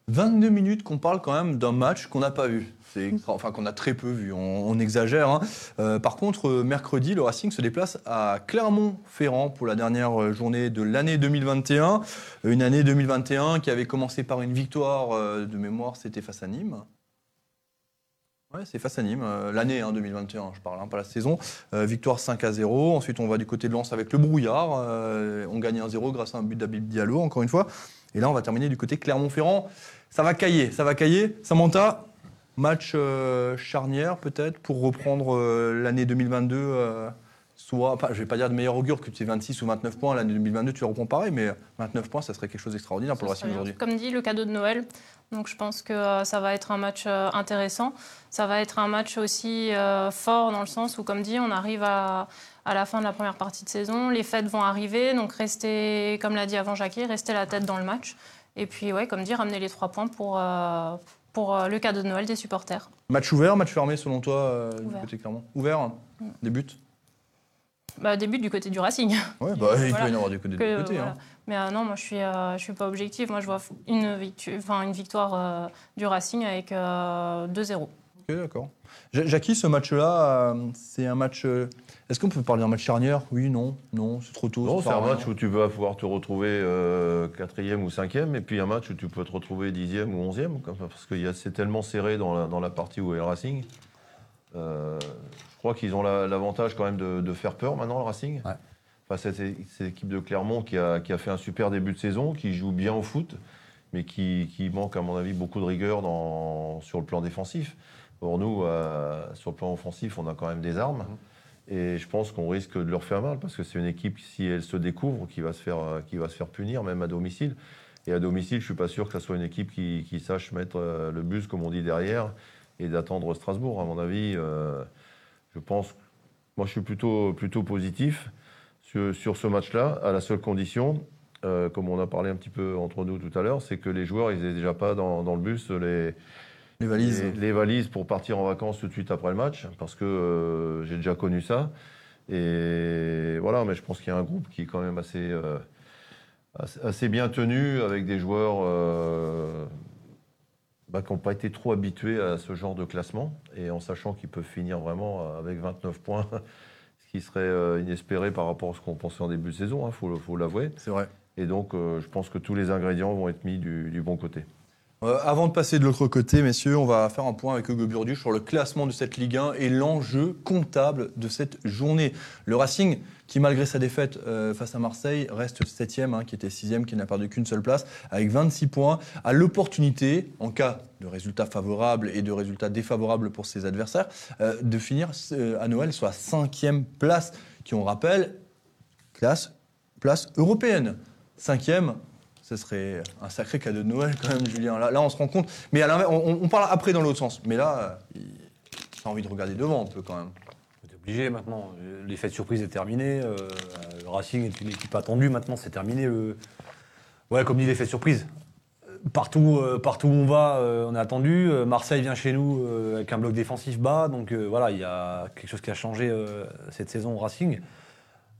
22 minutes qu'on parle quand même d'un match qu'on n'a pas vu. C'est extra- enfin qu'on a très peu vu, on, on exagère. hein. Euh, par contre, euh, mercredi, le Racing se déplace à Clermont-Ferrand pour la dernière euh, journée de l'année 2021. Euh, Une année 2021 qui avait commencé par une victoire euh, de mémoire, c'était face à Nîmes. Ouais, c'est face à Nîmes, euh, l'année hein, 2021, je parle, hein, pas la saison. Euh, victoire 5 à 0. Ensuite, on va du côté de Lens avec le brouillard. Euh, on gagne 1-0 grâce à un but d'Abib Diallo, encore une fois. Et là, on va terminer du côté Clermont-Ferrand. Ça va cailler, ça va cailler. Samantha, match euh, charnière peut-être pour reprendre euh, l'année 2022. euh, soit, pas- je vais pas dire de meilleur augure que tu aies 26 ou 29 points. L'année 2022, tu les reprends pareil, mais 29 points, ça serait quelque chose d'extraordinaire pour le Ça serait Racing bien. aujourd'hui. Comme dit, le cadeau de Noël. Donc je pense que euh, ça va être un match euh, intéressant. Ça va être un match aussi euh, fort dans le sens où, comme dit, on arrive à, à la fin de la première partie de saison. Les fêtes vont arriver. Donc rester, comme l'a dit avant Jackie, rester la tête dans le match. Et puis, ouais, comme dit, ramener les trois points pour, euh, pour euh, le cadeau de Noël des supporters. Match ouvert, match fermé selon toi euh, du Ouvert. Mm. côté Clermont Ouvert hein Des buts Bah, des buts du côté du Racing. Ouais, bah, il Voilà. peut y en avoir du côté. que, des deux côtés, voilà. hein. Mais euh, non, moi je suis, euh, je suis pas objective. Moi je vois f- une, victu- enfin, une victoire euh, du Racing avec euh, 2-0. Ok, d'accord. Ja- Jackie, ce match-là, euh, c'est un match. euh, Est-ce qu'on peut parler d'un match charnière Oui, non, non, c'est trop tôt. Non, c'est pas un vraiment. match où tu vas pouvoir te retrouver euh, quatrième ou cinquième, et puis un match où tu peux te retrouver dixième ou onzième, comme ça, parce que y a- c'est tellement serré dans la, dans la partie où est le Racing. Euh, je crois qu'ils ont la- l'avantage quand même de, de faire peur maintenant, le Racing. Ouais. Enfin, cette, cette équipe de Clermont qui a, qui a fait un super début de saison, qui joue bien au foot, mais qui, qui manque, à mon avis, beaucoup de rigueur dans, sur le plan défensif. Or, nous, euh, sur le plan offensif, on a quand même des armes. Et je pense qu'on risque de leur faire mal parce que c'est une équipe, si elle se découvre, qui va se faire, euh, qui va se faire punir, même à domicile. Et à domicile, je suis pas sûr que ça soit une équipe qui, qui sache mettre euh, le bus, comme on dit, derrière et d'attendre Strasbourg. À mon avis, euh, je pense. Moi, je suis plutôt, plutôt positif sur, sur ce match-là, à la seule condition, euh, comme on a parlé un petit peu entre nous tout à l'heure, c'est que les joueurs, ils n'aient déjà pas dans, dans le bus les, Les valises. les, les valises pour partir en vacances tout de suite après le match, parce que euh, j'ai déjà connu ça. Et voilà, mais je pense qu'il y a un groupe qui est quand même assez, euh, assez, assez bien tenu, avec des joueurs euh, bah, qui n'ont pas été trop habitués à ce genre de classement, et en sachant qu'ils peuvent finir vraiment avec 29 points, ce qui serait euh, inespéré par rapport à ce qu'on pensait en début de saison, il faut, le- faut l'avouer. C'est vrai. Et donc, euh, je pense que tous les ingrédients vont être mis du- du bon côté. Euh, avant de passer de l'autre côté, messieurs, on va faire un point avec Hugo Burdu sur le classement de cette Ligue 1 et l'enjeu comptable de cette journée. Le Racing, qui malgré sa défaite euh, face à Marseille, reste 7 e qui était 6 e qui n'a perdu qu'une seule place, avec 26 points, a l'opportunité, en cas de résultats favorables et de résultats défavorables pour ses adversaires, euh, de finir euh, à Noël soit 5 e place, qui, on rappelle, classe, place européenne. Cinquième, ce serait un sacré cadeau de Noël quand même, Julien. Là, là on se rend compte. Mais à l'inverse, on, on parle après dans l'autre sens. Mais là, euh, t'as envie de regarder devant un peu quand même. T'es obligé maintenant. L'effet de surprise est terminé. euh, le Racing est une équipe attendue. Maintenant, c'est terminé. le- Ouais, comme dit l'effet de surprise. Euh, Partout, euh, partout où on va, euh, on est attendu. Euh, Marseille vient chez nous euh, avec un bloc défensif bas. Donc euh, voilà, il y a quelque chose qui a changé euh, cette saison au Racing.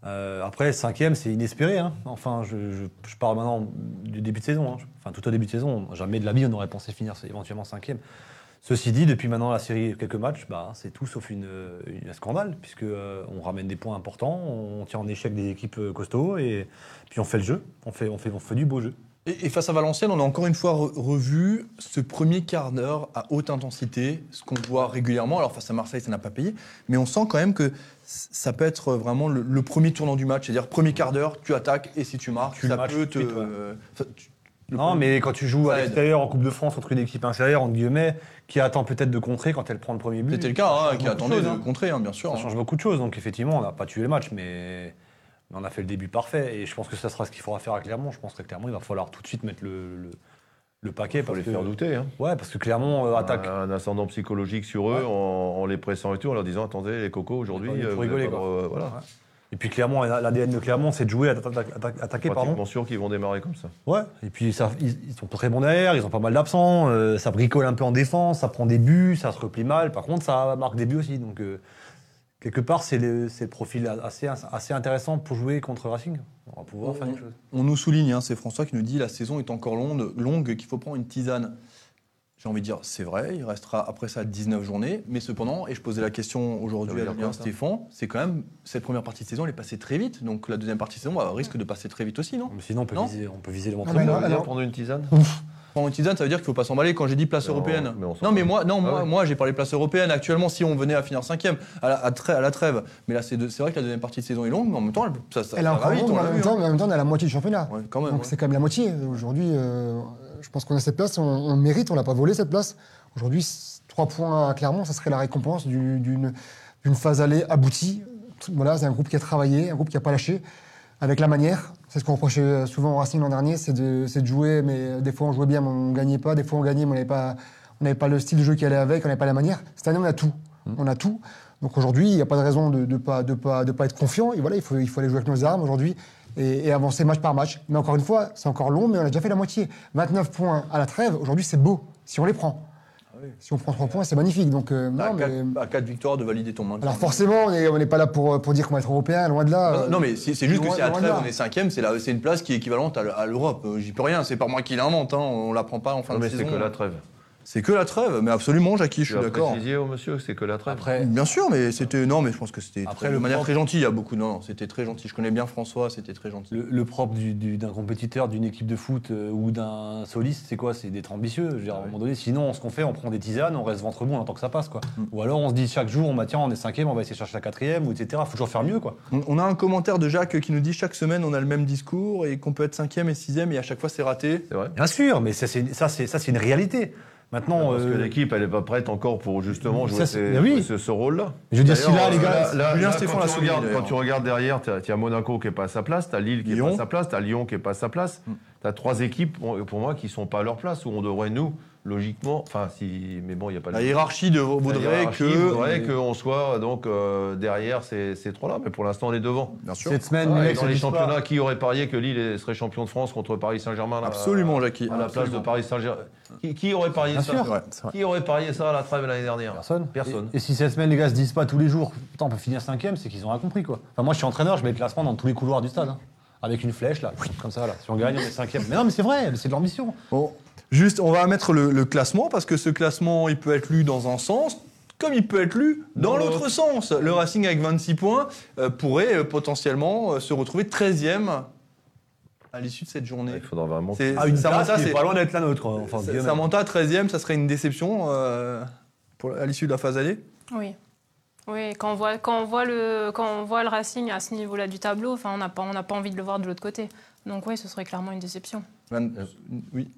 Euh, après, cinquième, c'est inespéré. hein. Enfin, je, je- je parle maintenant du début de saison. hein. Enfin, tout au début de saison, jamais de la vie, on aurait pensé finir éventuellement cinquième. Ceci dit, depuis maintenant la série quelques matchs, bah, c'est tout sauf une, euh, une- un scandale, puisque euh, on ramène des points importants, on tient en échec des équipes euh, costauds, et puis on fait le jeu, on fait, on fait, on fait du beau jeu. Et, et face à Valenciennes, on a encore une fois re- revu ce premier quart d'heure à haute intensité, ce qu'on voit régulièrement. Alors face à Marseille, ça n'a pas payé, mais on sent quand même que c- ça peut être vraiment le, le premier tournant du match, c'est-à-dire premier quart d'heure, tu attaques et si tu marques, Tu le ça matches peut te. tout de suite, ouais. euh, ça- tu- le Non, premier- mais quand tu joues Ça à aide. l'extérieur en Coupe de France contre une équipe inférieure, entre guillemets, qui attend peut-être de contrer quand elle prend le premier but. C'était le cas, ça hein, change qui beaucoup de attendait choses, de hein. contrer, hein, bien sûr. Ça hein. change beaucoup de choses, donc effectivement, on n'a pas tué le match, mais Mais on a fait le début parfait et je pense que ça sera ce qu'il faudra faire à Clermont. Je pense que Clermont, il va falloir tout de suite mettre le, le, le paquet. Pour parce les que- faire douter. hein. Ouais, parce que Clermont euh, attaque. Un, un ascendant psychologique sur eux en, en les pressant et tout, en leur disant attendez, les cocos, aujourd'hui. Pas venu euh, pour vous rigoler, êtes pas- quoi. euh, voilà. Ouais. Et puis Clermont, l'ADN de Clermont, c'est de jouer, atta- atta- atta- attaquer, Pratiquement pardon. Ah, sûr qu'ils vont démarrer comme ça. Ouais. Et puis ça- ils, ils sont très bons derrière, ils ont pas mal d'absents, euh, ça bricole un peu en défense, ça prend des buts, ça se replie mal. Par contre, ça marque des buts aussi. Donc euh, quelque part, c'est le, c'est le profil a- assez, assez intéressant pour jouer contre Racing. On va Mmh. pouvoir faire quelque chose. On nous souligne, hein, c'est François qui nous dit la saison est encore longue, longue qu'il faut prendre une tisane. J'ai envie de dire, c'est vrai, il restera après ça 19 journées, mais cependant, et je posais la question Ça aujourd'hui veut à dire Julien quoi, ça Stéphane, c'est quand même, cette première partie de saison, elle est passée très vite, donc la deuxième partie de saison bah, risque de passer très vite aussi, non Mais sinon, on peut, Non. viser, on peut viser le mais ventre. Ça non, veut dire alors- prendre une tisane Prendre une tisane, ça veut dire qu'il faut pas s'emballer quand j'ai dit place Mais on- européenne. mais on s'en non, mais fout. moi, non, Ah moi, ouais. moi j'ai parlé place européenne. Actuellement, si on venait à finir cinquième, à la, à trê- à la trêve, mais là, c'est de- c'est vrai que la deuxième partie de saison est longue, mais en même temps, elle- ça, ça, Elle ça a va encore vite, monde, on mais en l'a même vu, temps, hein. mais en même temps, on a la moitié du championnat. Ouais, quand même. Donc ouais. c'est quand même la moitié. Aujourd'hui, euh, je pense qu'on a cette place, on, on le mérite, on l'a pas volé cette place. Aujourd'hui, 3 points à Clermont, ça serait la récompense du- d'une d'une phase allée aboutie. Tout- Voilà, c'est un groupe qui a travaillé, un groupe qui a pas lâché, avec la manière. C'est ce qu'on reprochait euh, souvent au Racing l'an dernier, c'est de, c'est de jouer, mais euh, des fois on jouait bien, mais on gagnait pas, des fois on gagnait, mais on n'avait pas, on n'avait pas le style de jeu qui allait avec, on n'avait pas la manière. Cette année, on a tout. Mm. On a tout. Donc aujourd'hui, il n'y a pas de raison de ne pas, de pas, de pas être confiant. Et voilà, il faut, il faut aller jouer avec nos armes aujourd'hui et, et avancer match par match. Mais encore une fois, c'est encore long, mais on a déjà fait la moitié. 29 points à la trêve, aujourd'hui, c'est beau, si on les prend. Si on prend 3 points, c'est magnifique. Donc, euh, à, non, mais- Ah quatre, à quatre victoires de valider ton maintien. Alors forcément, on n'est on n'est pas là pour, pour dire qu'on va être européen, loin de là. Non, non, mais c'est c'est juste que Euh, Loin- si à loin de 13 là. on est 5 c'est la- c'est une place qui est équivalente à l- à l'Europe. Euh, J'y peux rien, c'est pas moi qui l'invente, hein. on la prend pas en fin Non, mais de c'est saison. que la trêve. C'est que la trêve, mais absolument, Jackie, je Tu suis as d'accord. précisé au monsieur que c'est que la trêve. Après, Bien sûr, mais c'était. Non, mais je pense que c'était Après, très- le de manière propre- très gentille. Il y a beaucoup. Non, non, c'était très gentil. Je connais bien François, c'était très gentil. Le, le propre du- du- d'un compétiteur, d'une équipe de foot euh, ou d'un soliste, c'est quoi C'est d'être ambitieux. Je veux dire, Ah à un moment donné, sinon, ce qu'on fait, on prend des tisanes, on reste ventre bon, on attend que ça passe. quoi. Mm. Ou alors, on se dit chaque jour, on va tiens, on est cinquième, on va essayer de chercher la quatrième, ou etc. Faut toujours faire mieux, quoi. On, on a un commentaire de Jacques qui nous dit chaque semaine, on a le même discours et qu'on peut être 5 et 6 et à chaque fois, c'est raté. C'est vrai. Bien sûr, mais ça, c'est ça, c'est- ça, c'est une réalité. Maintenant, Ah, Parce que euh, l'équipe, elle n'est pas prête encore pour justement Ça, jouer c'est- ces- mais oui. jouer ce, ce rôle-là. je veux dire, si là, D'ailleurs, les euh, gars, là, là, Julien là, Stéphane quand, l'a tu souligné, regardes, d'ailleurs. quand tu regardes derrière, tu as Monaco qui n'est pas à sa place, tu as Lille qui n'est pas Lyon. à sa place, tu as Lyon qui n'est pas à sa place. Tu as trois équipes, pour pour moi, qui ne sont pas à leur place, où on devrait, nous, logiquement. Enfin, si. Mais bon, il n'y a pas de. La hiérarchie de, La voudrait hiérarchie que. voudrait qu'on soit donc euh, derrière ces, ces trois-là, mais pour l'instant on est devant. Bien sûr. cette semaine, Ah, les et mecs, dans se les disent championnats, pas, qui aurait parié que Lille serait champion de France contre Paris Saint-Germain là, Absolument, Jackie. À la place de Absolument. Paris Saint-Germain. Qui, qui aurait parié Bien ça sûr. Ouais, c'est vrai. Qui aurait parié ça à la trêve l'année dernière Personne. Personne. Et, et si cette semaine, les gars se disent pas tous les jours, putain, on peut finir cinquième, c'est qu'ils ont rien compris, quoi. Enfin, moi, je suis entraîneur, je mets le classement dans tous les couloirs du stade. hein. Avec une flèche, là, comme ça, là. Si on gagne, on est cinquième. Mais non, mais c'est vrai, c'est de l'ambition. Bon, juste, on va mettre le, le classement parce que ce classement, il peut être lu dans un sens. Comme il peut être lu dans Dans l'autre sens. Le Racing avec 26 points euh, pourrait euh, potentiellement euh, se retrouver 13e à l'issue de cette journée. Il faudra vraiment. C'est- que- Ah, une place Samantha, qui est c'est pas pas loin d'être la nôtre. euh, Enfin, Sa- Samantha, 13e, ça serait une déception euh, pour, à l'issue de la phase allée. Oui. Oui, quand on voit, quand on voit, le, quand on voit le Racing à ce niveau-là du tableau, enfin, on n'a pas, on n'a pas envie de le voir de l'autre côté. Donc oui, ce serait clairement une déception. Vingt- Oui,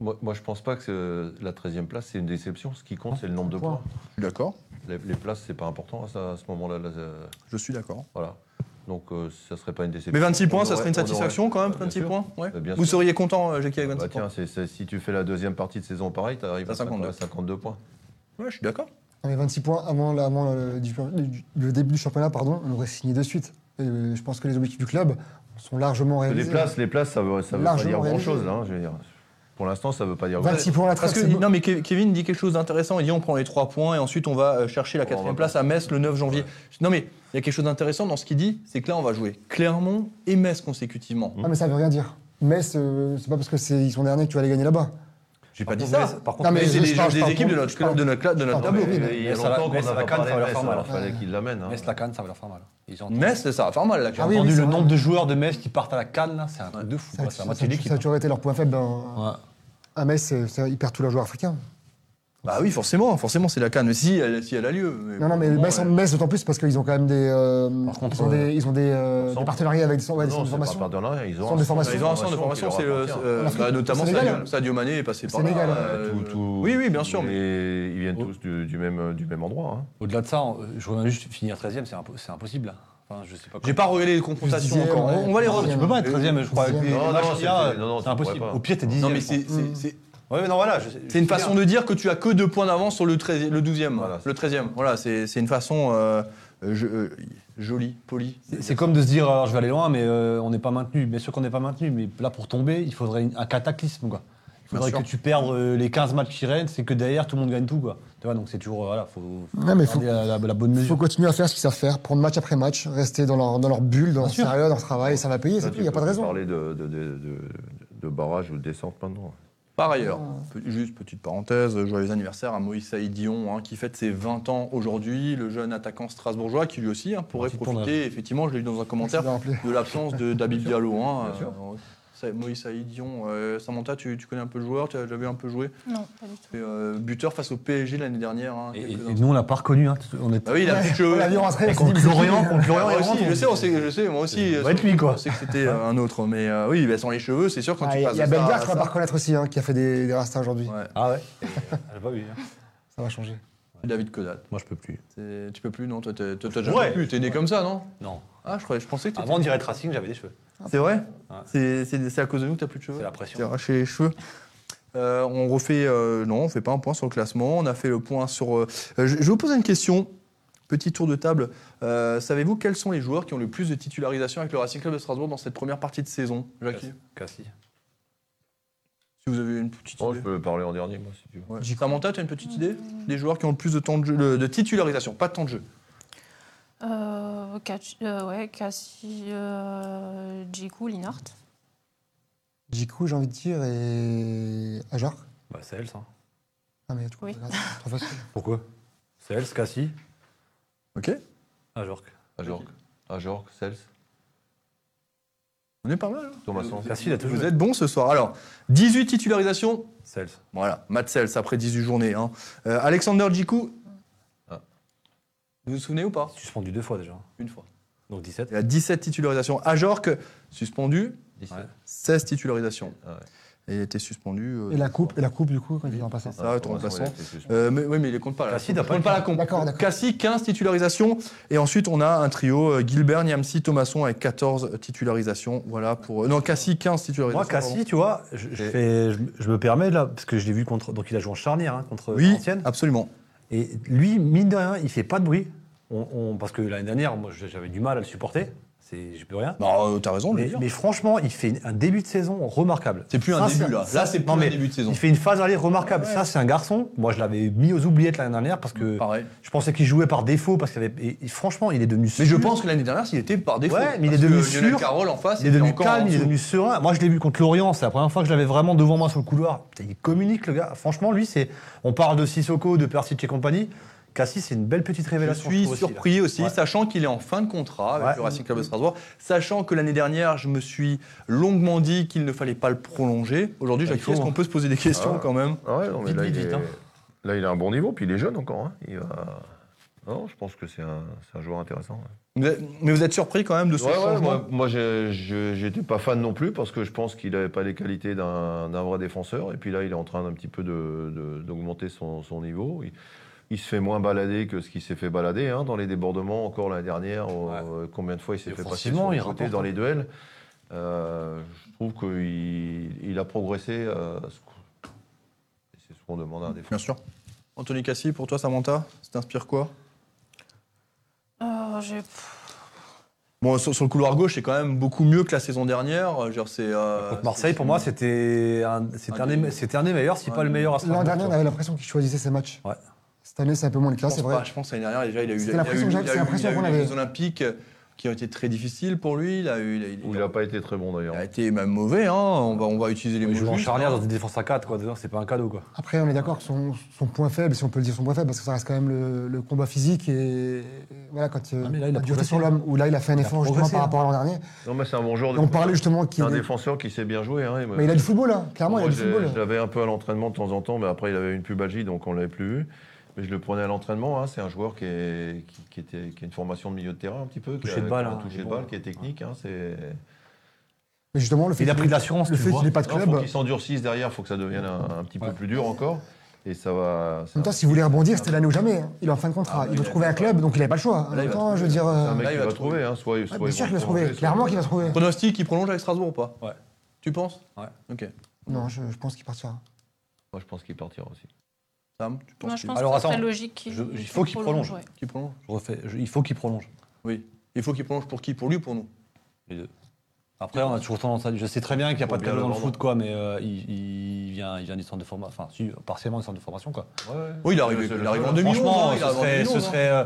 Moi, moi, je pense pas que euh, la 13e place c'est une déception. Ce qui Ah, compte c'est le nombre de points. je suis d'accord. Les, les places c'est pas important à, ça- à ce moment-là. là, euh, Je suis d'accord. voilà. Donc euh, ça serait pas une déception. Mais 26 points, On ça aurait- serait une on aurait- satisfaction quand même, Bien 26 sûr. points ouais. Euh, bien Vous sûr. seriez content, euh, Jackie, avec Bah 26 tiens, points c'est- c'est- si tu fais la deuxième partie de saison pareil, tu arrives À à 52. 52. 52 points. Ouais, je suis d'accord. On est 26 Ah, points avant, la- avant le, du- du- le début du championnat, pardon, on aurait signé de suite. Et, euh, je pense que les objectifs du club sont largement réalisés. Les places, les places, ça veut, ça veut pas Ah, Largement dire grand réalisé. chose, je veux dire. Pour l'instant, ça veut pas dire. 26 points à la Parce trêve, que, c'est beau. non, mais Ke- Kevin dit quelque chose d'intéressant. Il dit on prend les trois points et ensuite on va euh, chercher la On quatrième va- place à Metz le 9 janvier. Ouais. Non, mais il y a quelque chose d'intéressant dans ce qu'il dit c'est que là, on va jouer Clermont et Metz consécutivement. Ah, mais ça veut rien dire. Mais c'est c'est pas parce que c'est ils sont derniers que tu vas les gagner là-bas. J'ai pas dit ça. Par contre, Non, mais Mais c'est je- des, je parle- des je parle équipes de pour- notre, je parle- de notre, cla- de notre je parle tableau. pour- Mais mais Il y a Metz, la- longtemps qu'on Metz, n'a la pas canne, parlé ça de va leur Metz, faire mal, alors hein. fallait qu'il l'amène. hein. Metz, la canne, ça va leur faire mal. Ils ont Metz, ça va faire mal la J'ai Clermont. Ah oui, entendu oui, le c'est nombre vrai. de joueurs de Metz qui partent à la canne, là, c'est un truc de fou. quoi. C'est la ça, moitié de l'équipe. ça a toujours été leur point faible. dans- hein. Ouais. À Metz, c'est- ça- ils perdent tous leurs joueurs africains. Bah oui, forcément, forcément, c'est la canne. Si elle, si elle a lieu. mais Non, non, mais bon, Metz, ouais. Metz d'autant plus parce qu'ils ont quand même des, euh, Par contre, ils ont euh, des, ils ont des, euh, ensemble. des partenariats avec des, ouais, des centres Non, de c'est formation. pas partenariat, ils ont Centre de formation. Bah, Ils ont un centre de formation, qui c'est leur le, appartient. euh, En Afrique, bah, notamment au Sénégal, hein. Sadio, Sadio Mané est passé par Sénégal, là. euh, Euh, tout- tout- oui, oui, bien sûr. Et Mais... ils viennent tous du, du même, du même endroit. hein. Au-delà de ça, on- je voudrais juste finir 13e, c'est impo- c'est impossible. là. Enfin, je sais pas. J'ai pas regardé les confrontations Dixième, encore. ouais. On on va les regarder. Tu peux pas être 13 je crois. avec les- Dixième. Non, non, Machin, c'était- euh, non, non, c'est tu impossible. pourrais pas. Au pire, t'es 10 Non, mais c'est- Mmh. c'est c'est- Ouais, mais non, voilà. je- c'est une façon de dire que tu as que deux points d'avance sur le, 13, le 12e. Voilà. Le 13e. Voilà, c'est c'est une façon euh, je- euh, jolie, polie. C'est- C'est comme de se dire, alors je vais aller loin, mais euh, on n'est pas maintenu. Bien sûr qu'on n'est pas maintenu, mais là pour tomber, il faudrait une- un cataclysme, quoi. Il faudrait Bien que sûr. tu perdes euh, les 15 matchs qui restent, c'est que derrière tout le monde gagne tout, quoi. Tu vois, donc c'est toujours, euh, voilà, faut, faut Non, mais faut- garder la, la- la bonne Il faut mesure. continuer à faire ce qu'ils savent faire, prendre match après match, rester dans leur, dans leur bulle, dans Bien leur sûr. sérieux, dans leur travail, et ça va payer, Là, c'est tu tout, il n'y a peux pas de raison. parler de, de, de, de, de barrage ou de descente maintenant. Par ailleurs, pe- juste petite parenthèse, joyeux anniversaire à Moïse Saïdion, hein, qui fête ses 20 ans aujourd'hui, le jeune attaquant strasbourgeois qui lui aussi hein, pourrait Petite profiter, effectivement, je l'ai lu dans un Je commentaire, vais rappeler. de l'absence de- d'Abib Diallo. hein, Bien sûr. euh, Sa- Moïse Saïdion, euh, Samantha, tu, tu connais un peu le joueur, tu as déjà vu un peu jouer Non, pas du tout. Et, euh, Buteur face au PSG l'année dernière. hein, Et, et- quelques-uns. et nous, on l'a pas reconnu, hein. On est Ah oui, il a plus de cheveux. On l'a vu rentrer, on s'est dit, contre mais c'est qui l'Orient, contre l'Orient, Ah, Moi il aussi, rentre, je sais, on- on sait, je sais, moi aussi. Ça euh, va être lui, quoi. Je sais que c'était euh, un autre, mais euh, oui, bah, sans les cheveux, c'est sûr quand Ah, tu Il y a- passes. il y a de ça à Belgar qu'on va ça. pas reconnaître aussi, hein, qui a fait des, des rastas aujourd'hui. Ouais, Ah ouais Elle a pas vu, hein. Ça va changer. David Codal. Moi, je peux plus. C'est- Tu peux plus, non Toi, t'es- toi, t'as Je jamais pourrais. pu. T'es né comme ça, non Non. Ah, je, croyais, je pensais que t'étais- Avant d'y être Racing, j'avais des cheveux. C'est vrai Ouais. C'est- C'est c'est à cause de nous que t'as plus de cheveux C'est la Tu t'es pression. arraché les cheveux Euh, on refait. euh, non, on fait pas un point sur le classement. On a fait le point sur. euh, euh, je, je vais vous poser une question. Petit tour de table. Euh, Savez-vous quels sont les joueurs qui ont le plus de titularisation avec le Racing Club de Strasbourg dans cette première partie de saison Jacques Si Cassie. vous avez une petite Oh, je idée. peux le parler en dernier, moi, si tu veux. Ouais. Samantha, tu as une petite idée Des joueurs qui ont le plus de temps de, jeu, de- de titularisation, pas de temps de jeu. Euh, Catch- euh, ouais, Cassie, euh, Jiku, Linhart. Jiku, j'ai envie de dire, et Ajar. Bah, c'est elle, ça. Ah, mais tout, Oui. regarde, c'est trop facile. Pourquoi C'est elle, Cassie. Ok. Ah, Jork. Ajorc, Ajorc, Cels, On est pas mal. hein Thomason. Cassie, il a toujours. Vous êtes bon ce soir. Alors, 18 titularisations, C'est elle. Voilà, Matsels après 18 journées. hein. Euh, Alexander Djikou. Ah. Vous vous souvenez ou pas Suspendu deux fois déjà. Une fois. Donc 17. Il y a 17 titularisations. Ajorque, suspendu, dix-sept. Ouais. 16 titularisations. Ah ouais. Et il était suspendu. euh, Et la coupe, et la coupe du coup, quand il est en Ah, passant. Ça, ton Thomason, remplaçant. il a été suspendu. euh, mais, oui, mais il les compte pas. là. Cassie n'a Je pas compte eu- pas la comp. D'accord, d'accord. Cassie, 15 titularisations. Et ensuite, on a un trio euh, Gilbert, Niamsi, Thomasson avec 14 titularisations. Voilà pour. euh, non, Cassie, 15 titularisations. Moi, Cassie, tu vois, je, je fais- je me- je me permets là, parce que je l'ai vu contre. Donc, il a joué en charnière hein, contre pardon. Oui, Valenciennes. absolument. Et lui, mine de rien, il fait pas de bruit. On- on- parce que l'année dernière, moi, j'avais du mal à le supporter. C'est, je peux rien. Non, euh, t'as raison de le Mais, dire. mais franchement, il fait un début de saison remarquable. C'est plus un Ça, début là. ça, Là, c'est plus non, un mais début de saison. Il fait une phase aller remarquable. Ça, c'est un garçon. Moi, je l'avais mis aux oubliettes l'année dernière parce que Pareil. je pensais qu'il jouait par défaut. Parce qu'il avait, et- et franchement, il est devenu. Mais je sûr. pense que l'année dernière, s'il était par défaut. Ouais, mais il Parce est devenu que Lionel sûr. Carroll en face, Il est devenu encore calme, en il est dessous. devenu serein. Moi, je l'ai vu contre l'Orient. C'est la première fois que je l'avais vraiment devant moi sur le couloir. Putain, Il communique, le gars. Franchement, lui, c'est. On parle de Sissoko, de Persic et compagnie. Cassis, c'est une belle petite Je révélation. suis trouve, aussi, là. surpris aussi, Ouais. sachant qu'il est en fin de contrat avec Ouais. le Racing Club de Strasbourg, sachant que l'année dernière, je me suis longuement dit qu'il ne fallait pas le prolonger. Aujourd'hui, Bah, il Jacques, faut, est-ce hein. qu'on peut se poser des questions Ah. quand même Ah ouais, non, mais Vite, là, vite, il vite, est- hein. là, il a un bon niveau, puis il est jeune encore. hein. Il va- Non, je pense que c'est un, c'est un joueur intéressant. ouais. Vous êtes- Mais vous êtes surpris quand même de ce Ouais, ouais, changement moi, moi, j'ai- je- j'étais pas fan non plus parce que je pense qu'il n'avait pas les qualités d'un d'un vrai défenseur. Et puis là, il est en train d'un petit peu de- de- d'augmenter son, son niveau. Il, il se fait moins balader que ce qu'il s'est fait balader hein, dans les débordements. Encore l'année dernière, euh, combien de fois il s'est Et fait passer offensivement, sur le il côté rapporte. hein. dans les duels. Euh, je trouve qu'il il a progressé. euh, ce qu'on- c'est ce qu'on demande à un défenseur. Bien sûr. Anthony Cassie, pour toi, Samantha, ça t'inspire quoi Euh, j'ai- Bon, sur, sur le couloir gauche, c'est quand même beaucoup mieux que la saison dernière. Je veux dire, c'est, euh, Contre Marseille, pour moi, c'était un, c'était un, des- c'était un des meilleurs, si Un pas le des- meilleur à ce L'an moment-là, dernier, on tu vois. avait l'impression qu'il choisissait ses matchs. Ouais. Cette année, c'est un peu moins le cas, Je c'est pense, vrai. pas, je pense que l'année dernière, déjà, il a eu, C'était il a eu- l'impression que il a j'avais, c'est eu- l'impression il a eu qu'on les avait. Jeux Olympiques euh, qui ont été très difficiles pour lui. Il a eu, il a- il- Où il n'a pas été très bon d'ailleurs. il a été même mauvais. hein. On, va, on va utiliser les mots Il joue en justes, charnière hein. dans une défense à 4, quoi. D'ailleurs, c'est pas un cadeau, quoi. Après, on est d'accord, son, son point faible, si on peut le dire son point faible, parce que ça reste quand même le, le combat physique et, et voilà quand euh, Ah, mais là, il a la progressé. dureté sur l'homme, où là il a fait un Il a effort justement progressé, hein. par rapport à l'an dernier. Non, mais c'est un bon joueur. Et on parlait justement C'est qu'il un est- défenseur qui sait bien jouer. hein, et- mais il a du football là, clairement il a Moi, du je- football. Je l'avais un peu à l'entraînement de temps en temps, mais après, il avait une pubalgie, donc on ne l'avait plus vu. Mais je le prenais à l'entraînement. hein. C'est un joueur qui, est- qui- qui était, qui a une formation de milieu de terrain, un petit peu. qui Toucher a- de balle, qui a un hein, toucher il est de bon. balle, qui est technique. hein, c'est... Mais justement le fait Il a qu'il- pris de l'assurance, le tu fait vois. qu'il n'ait pas de Non, faut club, qu'il s'endurcisse derrière, il faut que ça devienne un, un petit peu Ouais. plus dur encore. Et ça va. En même temps, si vous voulez rebondir, c'était l'année ou jamais. hein. Il est en fin de contrat. Ah, il il doit a- trouver un club, donc il n'avait pas le choix. Là, En il même va temps, trouver. je veux dire. C'est euh, un mec là, qui il va va trouver, hein, soit, ouais, soit Bien ils sûr vont qu'il va le trouver. prolonger, soit Clairement ils qu'il va vont- trouver. Pronostic, il prolonge avec Strasbourg ou pas Ouais. Tu penses Ouais. Ok. Non, je je pense qu'il partira. Moi, je pense qu'il partira aussi. Sam, tu penses Moi, je qu'il pense Alors, que c'est attends. logique. qu'il- Je- il faut qu'il prolonge. ouais. qu'il prolonge Je refais, je- il faut qu'il prolonge. Oui. Il faut qu'il prolonge pour qui Pour lui ou pour nous Après, on a toujours tendance à. Je sais très bien qu'il n'y a pas de bien cadeau dans le le vendre. foot, quoi, mais euh, il, il vient, il vient d'une sorte de formation. Enfin, si, partiellement d'une sorte de formation, quoi. Oui, il arrive, il arrive en 2000. hein, Franchement, ce serait, ce serait, euh,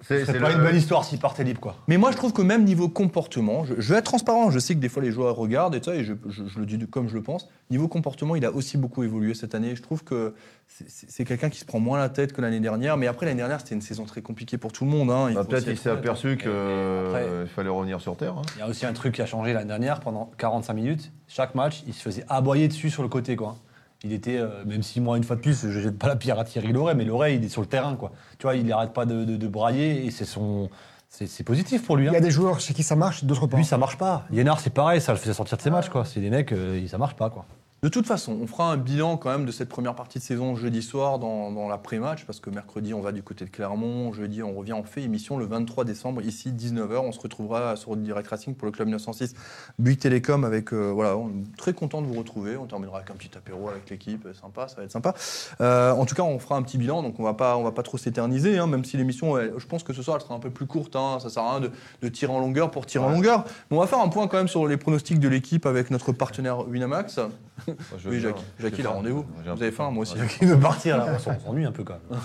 ce C'est serait hein. c'est pas le- une bonne histoire s'il partait libre, quoi. Mais moi, je trouve que même niveau comportement, je, je vais être transparent, je sais que des fois les joueurs regardent et tout ça, et je, je- je le dis de- comme je le pense. Niveau comportement, il a aussi beaucoup évolué cette année. Je trouve que c'est- c'est c'est quelqu'un qui se prend moins la tête que l'année dernière. Mais après, l'année dernière, c'était une saison très compliquée pour tout le monde. hein. Il Bah, faut Peut-être aussi il être s'est honnête, hein. aperçu qu'il Mais fallait revenir sur Terre. hein. Il y a aussi un truc qui a changé l'année dernière. Pendant 45 minutes, chaque match, il se faisait aboyer dessus sur le côté, quoi. Il était, euh, même si moi, une fois de plus, je jette pas la pierre à Thierry Loret, mais Loret, il est sur le terrain, quoi. Tu vois, il n'arrête pas de, de- de brailler et c'est son. C'est c'est positif pour lui. hein. Il y a des joueurs chez qui ça marche, d'autres pas. Lui, ça marche pas. Liénard, c'est pareil, ça le faisait sortir de ses matchs, quoi. C'est des mecs, euh, ça marche pas, quoi. De toute façon, on fera un bilan quand même de cette première partie de saison jeudi soir dans, dans l'après-match, parce que mercredi, on va du côté de Clermont, jeudi, on revient, on fait émission le 23 décembre, ici, 19h. On se retrouvera sur Direct Racing pour le club 906 Bouygues Télécom. Avec, euh, voilà, on est très content de vous retrouver. On terminera avec un petit apéro avec l'équipe, euh, sympa, ça va être sympa. Euh, en tout cas, on fera un petit bilan, donc on va pas, on va pas trop s'éterniser, hein, même si l'émission, elle- je pense que ce soir, elle sera un peu plus courte. hein. ça sert à rien de, de tirer en longueur pour tirer en longueur. Mais on va faire un point quand même sur les pronostics de l'équipe avec notre partenaire Winamax. Moi, je veux Oui, bien, Jackie, hein. Jackie J'ai il a faim. rendez-vous. J'ai Vous un peu avez faim, moi aussi. Il veut partir, là. On s'en- on s'ennuie un peu, quand même.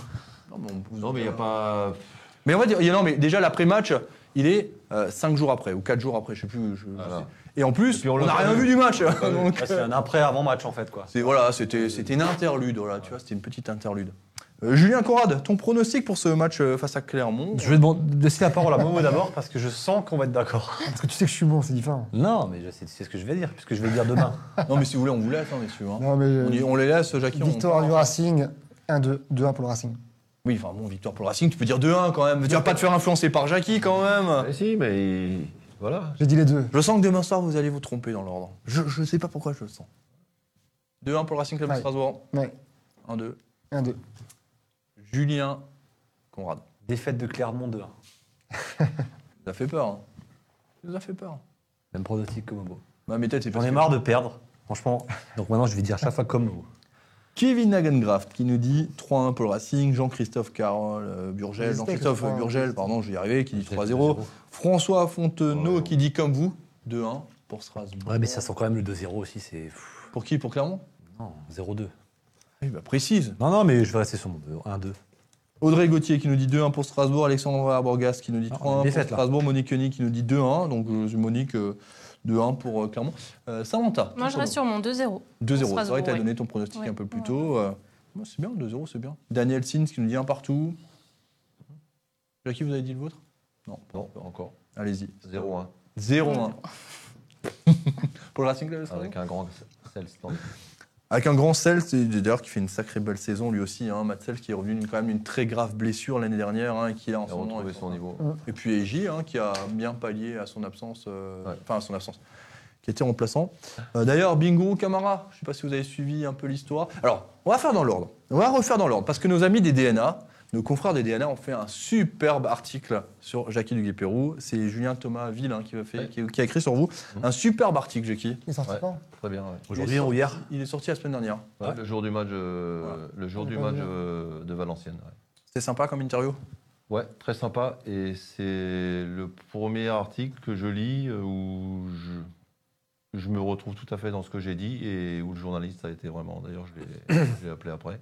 Non, mais on- Non, mais il n'y a pas. Mais on va dire, il y a- non, mais déjà l'après-match, il est 5 jours après ou 4 jours après, je sais plus. je- Voilà. Et en Et plus, puis on on l'a n'a pas rien vu. vu du match. pas vu. Donc, Là, C'est un après-avant-match, en fait, quoi. c'est- voilà, c'était c'était une interlude, voilà, tu vois, c'était une petite interlude. Euh, Julien Conrad, ton pronostic pour ce match euh, face à Clermont Je vais demander- laisser la parole à Momo d'abord, parce que je sens qu'on va être d'accord. Parce que tu sais que je suis bon, c'est différent. Non, mais je- c'est c'est ce que je vais dire, puisque je vais le dire demain. Non, mais si vous voulez, on vous laisse, hein, messieurs. hein. Non, mais, euh, On, y- on les laisse, Jackie. on- Victoire du Racing, 1-2, 2-1 pour le Racing. Oui, enfin bon, victoire pour le Racing, tu peux dire 2-1 quand même. Tu vas pas te faire influencer par Jackie quand même. Eh si, mais voilà. J'ai dit les deux. Je sens que demain soir, vous allez vous tromper dans l'ordre. Je ne sais pas pourquoi je le sens. 2-1 pour le Racing Club de Ouais. Strasbourg. Ouais, 1-2. 1-2. Julien Conrad. Défaite de Clermont 2 Ça nous a fait peur. hein. Ça nous a fait peur. Même pronostic que Momo. Bah, mais peut-être c'est J'en parce ai que- marre de perdre, franchement. Donc maintenant, je vais dire chaque fois comme Momo. Kevin Nagengraft qui nous dit 3-1 pour le Racing. Jean-Christophe Carole euh, Burgel. J'hésitais Jean-Christophe avec le 3-1. Burgel, pardon, je vais y arriver, qui dit 3-0. François Fontenot Ouais, qui dit comme vous 2-1 pour Strasbourg. Ouais, mais ça sent quand même le 2-0 aussi, c'est. pff, Pour qui Pour Clermont Non, 0-2. Oui, bah, précise. Non, non, mais je vais rester sur mon 1-2. Audrey Gauthier qui nous dit 2-1 pour Strasbourg, Alexandre Borgas qui nous dit Ah, 3-1 on a une pour défaite, là. Strasbourg, Monique Kenny qui nous dit 2-1, donc euh, Monique euh, 2-1 pour euh, Clermont. Euh, Samantha. Moi, je ton reste sur mon 2-0. pronostic. 2-0, Strasbourg, c'est vrai que tu as ouais. donné ton pronostic Ouais. un peu plus tôt. euh, moi, c'est bien, 2-0, c'est bien. Daniel Sins qui nous dit 1 partout. Jackie, vous avez dit le vôtre Non, Non, pas encore. allez-y. 0-1. 0-1. pour le Racing Ah Club de Strasbourg Avec un grand sel stand. Avec un grand Celt, c'est d'ailleurs qui fait une sacrée belle saison lui aussi. Hein. Matt Celt qui est revenu d'une- quand même d'une très grave blessure l'année dernière hein, et qui a en Il ce a moment- retrouvé son niveau. Et puis EJ hein, qui a bien pallié à son absence, euh, Ouais. enfin à son absence, qui était remplaçant. Euh, D'ailleurs, Bingo Camara, je ne sais pas si vous avez suivi un peu l'histoire. Alors, on va faire dans l'ordre. On va refaire dans l'ordre parce que nos amis des DNA, nos confrères des DNA ont fait un superbe article sur Jackie Duguay-Pérou. C'est Julien Thomas Ville hein, qui, a fait- Ouais. Mmh. qui, qui a écrit sur vous. Un superbe article, Jackie. Il est sorti Ouais. quand Très bien. ouais. Aujourd'hui Il est ou sorti- hier Il est sorti la semaine dernière. Ouais, Le jour du match, euh, le jour On du va match bien. euh, de Valenciennes. ouais. C'est sympa comme interview. Ouais. très sympa. Et c'est le premier article que je lis euh, où je, je me retrouve tout à fait dans ce que j'ai dit et où le journaliste a été vraiment. D'ailleurs, je l'ai- je l'ai appelé après.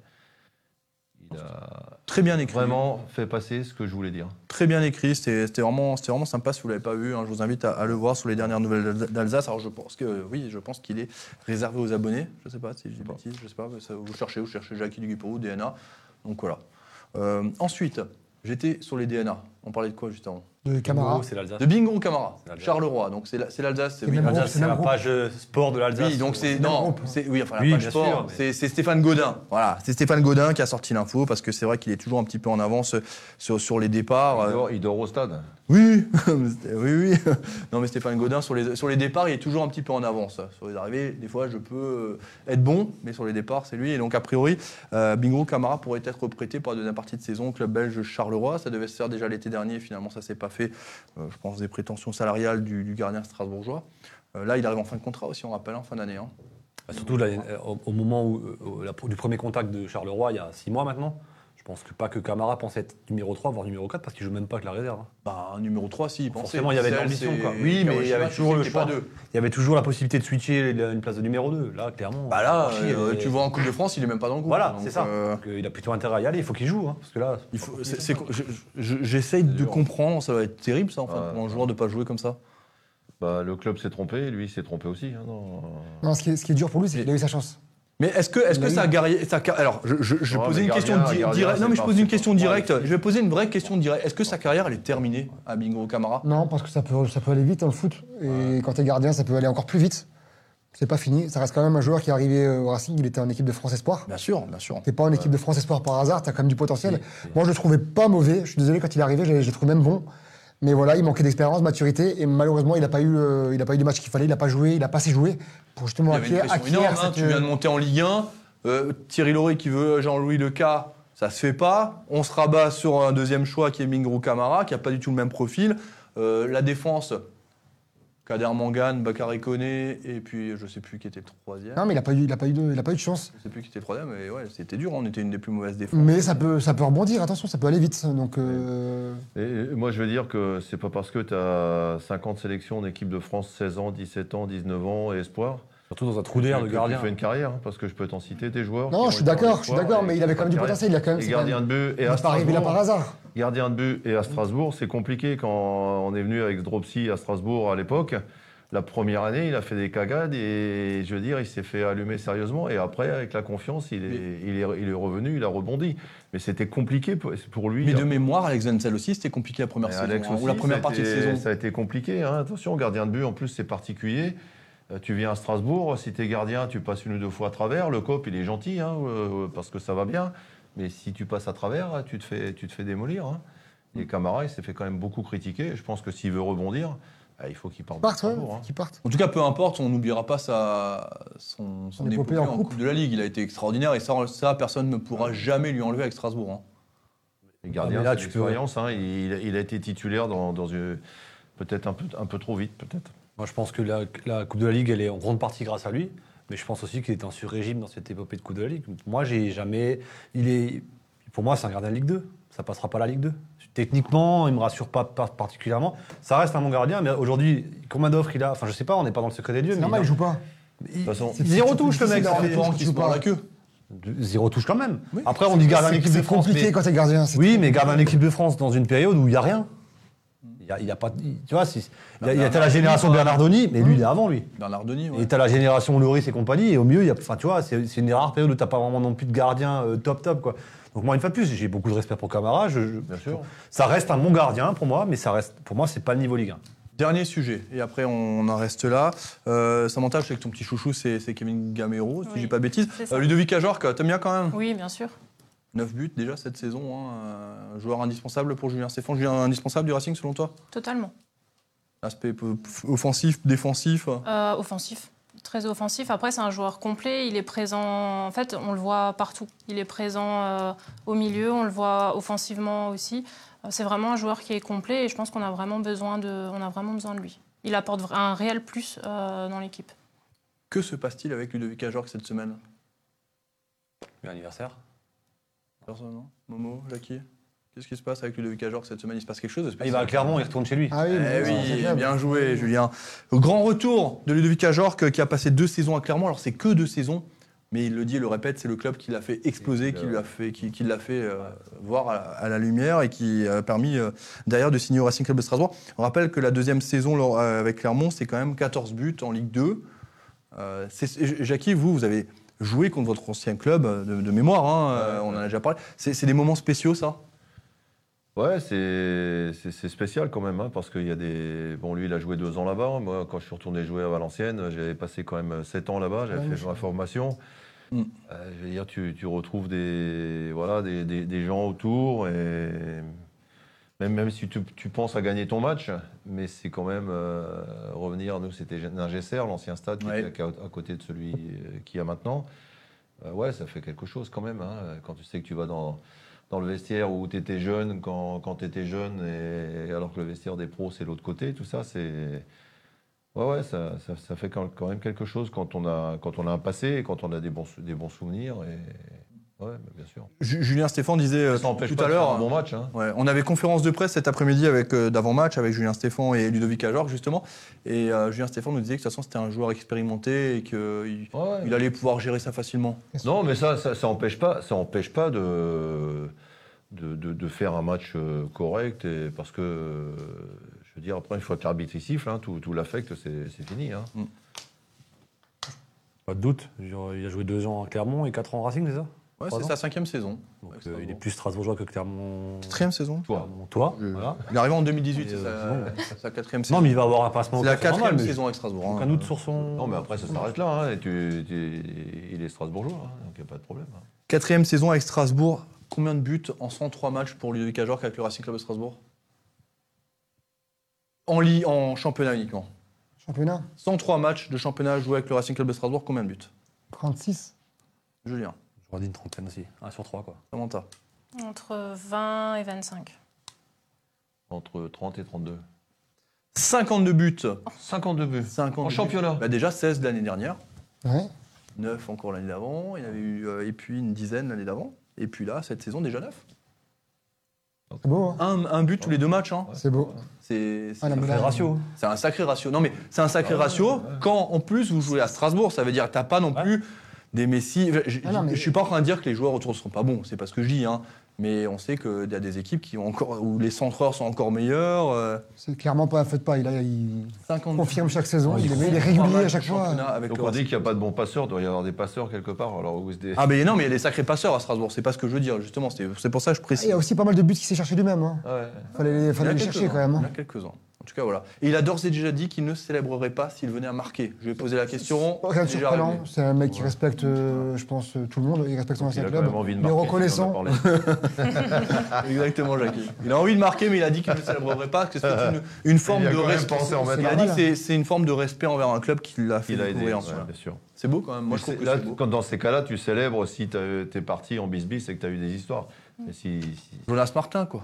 Il a Très bien écrit. vraiment fait passer ce que je voulais dire. Très bien écrit, c'était c'était vraiment, c'était vraiment sympa si vous ne l'avez pas vu. hein. je vous invite à, à le voir sur les dernières nouvelles d'Al- d'Alsace. Alors je pense que euh, oui, je pense qu'il est réservé aux abonnés. Je ne sais pas si je dis Bon. bêtise, je sais pas. mais ça, vous cherchez, vous cherchez Jackie Duguay-Pérou, DNA. Donc voilà. Euh, ensuite, j'étais sur les DNA. On parlait de quoi juste avant de Camara. Bingo, C'est l'Alsace. De Bingo Camara, C'est l'Alsace. Charleroi. Donc c'est la- c'est l'Alsace, c'est Et oui, même L'Alsace, groupe, c'est c'est même la groupe. page euh, sport de l'Alsace. Oui, donc c'est même non, groupe. hein. c'est oui, enfin la Oui, page bien sport, sûr, mais- c'est c'est Stéphane Godin. Voilà, c'est Stéphane Godin qui a sorti l'info parce que c'est vrai qu'il est toujours un petit peu en avance euh, sur, sur les Ah, départs. euh, Il, dort, il dort au stade. Oui, oui, oui. Non, mais Stéphane Godin, sur les, sur les départs, il est toujours un petit peu en avance. Sur les arrivées, des fois, je peux euh, être bon, mais sur les départs, c'est lui. Et donc, a priori, euh, Bingo Camara pourrait être prêté pour la deuxième partie de saison au club belge Charleroi. Ça devait se faire déjà l'été dernier. Finalement, ça s'est pas fait. Euh, je pense des prétentions salariales du, du gardien strasbourgeois. Euh, là, il arrive en fin de contrat aussi, on rappelle, en fin d'année. hein. Bah, Surtout là, euh, au au moment où, euh, au- la- du premier contact de Charleroi, il y a six mois maintenant, je pense que pas que Camara pense être numéro 3, voire numéro 4, parce qu'il joue même pas avec la réserve. hein. Bah, un numéro 3, si, il pensait. Forcément, il y avait de Celle, l'ambition, c'est- quoi. Oui, mais il y avait Kawashima, toujours tu le sais que choix t'es pas d'eux. Il y avait toujours la possibilité de switcher la- une place de numéro 2, là, clairement. Bah là, Chier, euh, mais- tu vois en Coupe de France, il est même pas dans le groupe. Voilà, Donc, c'est ça. euh, Donc, euh, il a plutôt intérêt à y aller, il faut qu'il joue, hein, parce que là, Il faut- c'est- c'est- je- je- J'essaye de comprendre, ça va être terrible ça en fait, Ouais. pour un joueur de pas jouer comme ça. Bah, le club s'est trompé, lui il s'est trompé aussi. hein, non. Non, ce qui, est, ce qui est dur pour lui, c'est qu'il a eu sa chance. Mais est-ce que, est-ce que Il ça a a garé- ça a car- Alors, je, je, je Ouais, posais mais une gardien, question di- gardien, directe. Non, c'est mais je pas- posais une c'est question pas- directe. Ouais. Je vais poser une vraie question directe. Est-ce que sa carrière elle est terminée à Bingo Camara Non, parce que ça peut, ça peut aller vite, hein, le foot. Et quand t'es gardien, ça peut aller encore plus vite. C'est pas fini. Ça reste quand même un joueur qui est arrivé euh, au Racing. Il était en équipe de France Espoir. Bien sûr, bien sûr. T'es pas en équipe de France Espoir par hasard, t'as quand même du potentiel. Moi, je le trouvais pas mauvais. Je suis désolé, quand il est arrivé, je, je le trouvais même bon. Mais voilà, il manquait d'expérience, maturité, et malheureusement, il n'a pas eu, euh, il a pas eu les matchs qu'il fallait, il n'a pas joué, il a pas assez joué pour justement Il y avait une acquérir, pression acquérir énorme. hein. cette, Tu viens de monter en Ligue 1. euh, Thierry Lauré qui veut Jean-Louis Leca, ça se fait pas. On se rabat sur un deuxième choix qui est Mingrou Camara, qui a pas du tout le même profil. Euh, la défense, Kader Mangane, Bakary Koné, et puis je sais plus qui était le troisième. euh, Non, mais il n'a pas eu, il a pas eu de, il a pas eu de chance. Je sais plus qui était le troisième, mais ouais, c'était dur. On était une des plus mauvaises défenses. Mais ça peut, ça peut rebondir. Attention, ça peut aller vite. Donc, euh, Et et moi, je veux dire que c'est pas parce que tu as 50 sélections en équipe de France, 16 ans, 17 ans, 19 ans et espoir. surtout dans un trou d'air que de tu gardien. fais une carrière, hein, parce que je peux t'en citer des joueurs. qui non, ont je suis été en d'accord, je suis espoir d'accord, et mais qui il avait ont quand pas même de du carrière. potentiel. Il a quand même. Et c'est gardien quand de même- but et il à n'est pas arrivé là par Strasbourg. hasard. Gardien de but et à Strasbourg, c'est compliqué quand on est venu avec Dropsy à Strasbourg à l'époque. La première année, il a fait des cagades et je veux dire, il s'est fait allumer sérieusement. Et après, avec la confiance, il est, il est, il est revenu, il a rebondi. Mais c'était compliqué pour, pour lui. Mais de Après, mémoire, Alex Wenzel aussi, c'était compliqué la première Et saison. Alex hein, aussi, ou la première ça a partie été- de saison. Ça a été compliqué. hein. Attention, gardien de but, en plus, c'est particulier. Euh, Tu viens à Strasbourg, si t'es gardien, tu passes une ou deux fois à travers. Le cop, il est gentil, hein, euh, parce que ça va bien. Mais si tu passes à travers, euh, tu te fais, tu te fais démolir. hein. Mm. Et Camara, il s'est fait quand même beaucoup critiquer. Je pense que s'il veut rebondir, bah, il faut qu'il parte. de Partent, ouais, Strasbourg, hein. qui partent. En tout cas, peu importe, on n'oubliera pas sa, son, son épopée en, coupe. de la Ligue. Il a été extraordinaire et ça, ça, personne ne pourra jamais lui enlever avec Strasbourg. hein. Les gardiens, Ah, mais là, c'est tu peux- l'expérience, hein. il, il a été titulaire dans, dans une- Peut-être un peu, un peu trop vite, peut-être. Moi, je pense que la, la Coupe de la Ligue, elle est en grande partie grâce à lui. Mais je pense aussi qu'il est en sur-régime dans cette épopée de Coupe de la Ligue. Moi, j'ai jamais. Il est. Pour moi, c'est un gardien de Ligue 2. Ça passera pas la Ligue 2. Techniquement, il me rassure pas, pas particulièrement. Ça reste un bon gardien, mais aujourd'hui, combien d'offres il a Enfin, je sais pas, on n'est pas dans le secret des dieux. C'est mais normal, il il a- joue pas. il- façon, c'est- zéro c'est touche, le mec. ça difficile d'avoir fait- des gens Laurent qui qui se jouent prend pas. la queue. Zéro touche quand même. Après, on C'est- dit garde un c'est- équipe de C'est France. mais- compliqué quand t'es gardien. c'est- oui, mais garde un équipe de France dans une période où il n'y a rien. Il y a, il y a pas, il- tu vois, si- il y Bah, a, il y a- t'as la génération de Bernardoni, mais lui, il est avant lui. Bernard Denis, ouais. Et t'as la génération Loris et compagnie, et au milieu, il y a, enfin, tu vois, c'est c'est une rare période où t'as pas vraiment non plus de gardien euh, top top quoi. Donc moi, une fois de plus, j'ai beaucoup de respect pour Camara. je- je- bien sûr. ça reste un bon gardien pour moi, mais ça reste, pour moi, c'est pas le niveau Ligue 1. Dernier sujet, et après on en reste là. Euh, Samantha, je sais que ton petit chouchou, c'est c'est Kevin Gamero, si Oui, je dis pas de bêtises. c'est ça. Euh, Ludovic Ajorque, t'aimes bien quand même Oui, bien sûr. 9 buts déjà cette saison, hein. Euh, joueur indispensable pour Julien Stéphane. Julien indispensable du Racing selon toi Totalement. Aspect peu- offensif, défensif Euh, offensif. Très offensif. Après, c'est un joueur complet. Il est présent. En fait, on le voit partout. Il est présent euh, au milieu. On le voit offensivement aussi. Euh, C'est vraiment un joueur qui est complet et je pense qu'on a vraiment besoin de, on a vraiment besoin de lui. Il apporte vra- un réel plus euh, dans l'équipe. Que se passe-t-il avec Ludovic Ajorque cette semaine Anniversaire. Personne, non Momo, Jackie Qu'est-ce qui se passe avec Ludovic Ajorque cette semaine Il se passe quelque chose de spécial Ah, Il va clairement, il retourne chez lui. Ah oui, mais Eh c'est oui, incroyable. bien joué, Julien. Grand retour de Ludovic Ajorque qui a passé deux saisons à Clermont. Alors, c'est que deux saisons, mais il le dit et le répète, c'est le club qui l'a fait exploser, euh, qui lui a fait, qui, qui l'a fait euh, voir à la, à la lumière et qui a permis euh, derrière de signer au Racing Club de Strasbourg. On rappelle que la deuxième saison lors- euh, avec Clermont, c'est quand même 14 buts en Ligue 2. Euh, c'est- Jackie, vous, vous avez joué contre votre ancien club euh, de, de mémoire, hein, euh, on en a déjà parlé. C'est c'est des moments spéciaux, ça Ouais, c'est c'est- c'est spécial quand même, hein, parce qu'il y a des. Bon, lui, il a joué deux ans là-bas. Moi, quand je suis retourné jouer à Valenciennes, j'avais passé quand même sept ans là-bas. J'avais Ouais, fait je- ma formation. Mm. Euh, je veux dire, tu, tu retrouves des, voilà, des, des- des gens autour et même, même si tu, tu penses à gagner ton match, mais c'est quand même euh, revenir. Nous, c'était Ningesser, l'ancien stade qui Ouais. était à, à côté de celui euh, qu'il y a maintenant. Euh, ouais, ça fait quelque chose quand même. hein, quand tu sais que tu vas dans, dans le vestiaire où tu étais jeune, quand, quand tu étais jeune, et, alors que le vestiaire des pros, c'est l'autre côté, tout ça, c'est. Ouais, ouais, ça, ça, ça fait quand quand même quelque chose quand on a, quand on a un passé, et quand on a des bons, sou- des bons souvenirs. Et... Ouais, bien sûr. Ju- Julien Stéphane disait euh, Ça n'empêche tout pas à de faire l'heure. un bon match. Hein. Ouais, on avait conférence de presse cet après-midi avec euh, d'avant-match avec Julien Stéphane et Ludovic Ajorc justement. Et euh, Julien Stéphane nous disait que de toute façon c'était un joueur expérimenté et qu'il Ouais. il allait pouvoir gérer ça facilement. Non, mais ça, ça, ça empêche pas, ça empêche pas de, de, de- de faire un match euh, correct, et- parce que, euh, je veux dire, après, une fois que l'arbitre il siffle, hein, tout, tout l'affect, c'est c'est fini. hein. Pas de doute. Je veux dire, Il a joué deux ans à Clermont et quatre ans au Racing, c'est ça Ouais, Trois c'est ans. sa cinquième saison. Donc Ouais, euh, c'est il bon. est plus Strasbourgeois que Clermont. Quatrième saison Toi. Toi, Je- voilà. Il est arrivé en 2018, Et, c'est euh, sa- sa quatrième saison. Non, mais il va avoir un passement. c'est au la classement quatrième normal, mais saison avec Strasbourg. hein. Aucun doute sur son. Non, mais après, ça s'arrête là. hein, et tu- tu- il est Strasbourgeois, hein, donc il n'y a pas de problème. hein. Quatrième saison avec Strasbourg. Combien de buts en 103 matchs pour Ludovic Ajorc avec le Racing Club de Strasbourg en, Ligue- en championnat uniquement. Championnat 103 matchs de championnat joués avec le Racing Club de Strasbourg, combien de buts 36 Julien, J'aurais dit une trentaine aussi. Un sur trois, quoi. Samantha. Entre 20 et 25. Entre 30 et 32. 52 buts. 52 buts. 50 En buts. championnat. Bah Déjà 16 de l'année dernière, Ouais. 9 encore l'année d'avant, il y en avait eu, euh, et puis une dizaine l'année d'avant. Et puis là, cette saison, déjà 9. C'est beau, hein Un, un but tous les deux matchs. hein. C'est beau. C'est c'est- Ah, la ça fait médaille. ratio. C'est un sacré ratio. Non, mais c'est un sacré Ah ouais, ratio ouais. quand, en plus, vous jouez à Strasbourg. Ça veut dire que t'as pas non Ouais. plus des Messi. Je- Je Ah non, mais- je suis pas en train de dire que les joueurs autour ne sont pas bons. C'est pas ce que je dis. hein. Mais on sait qu'il y a des équipes qui ont encore, où les centreurs sont encore meilleurs. euh, C'est clairement pas un feu de paille. Là, il 50 confirme chaque saison. Oh, il, est, font il est trois régulier matchs à chaque de fois. championnat avec Donc le on dit Racing. qu'il n'y a pas de bons passeurs, il doit y avoir des passeurs quelque part. Alors, où est-ce des... Ah, mais non, mais il y a des sacrés passeurs à Strasbourg. C'est pas ce que je veux dire, justement. C'est c'est pour ça que je Ah, Il précise. y a aussi pas mal de buts qu'il s'est cherché lui-même. hein. Ouais. Fallait les, Il y en fallait a les chercher quelques-uns. quand même. Il y en a hein. quelques-uns. En tout cas, voilà. Et il a d'ores et déjà dit qu'il ne célébrerait pas s'il venait à marquer. Je vais poser la question. Rien de Déjà surprenant. arrivé. C'est un mec qui respecte, euh, je pense, euh, tout le monde. Il respecte son Il a ancien quand club. même envie de Mais marquer, si on en a reconnaissant. parlé. Ah, Exactement, Jackie. Il a envie de marquer, mais il a dit qu'il ne célébrerait pas, que c'était une, une forme Il a de quand même respect. pensé en mettre Il a un. dit que c'est- c'est une forme de respect envers un club qui l'a fait Il a aidé, découvrir en ouais, soi. bien sûr. C'est beau quand même. Moi, je Mais trouve que c'est- c'est là, beau. quand dans ces cas-là, tu célèbres si t'as- t'es parti en bisbis et que t'as eu des histoires. Mais si, si- Jonas Martin, quoi.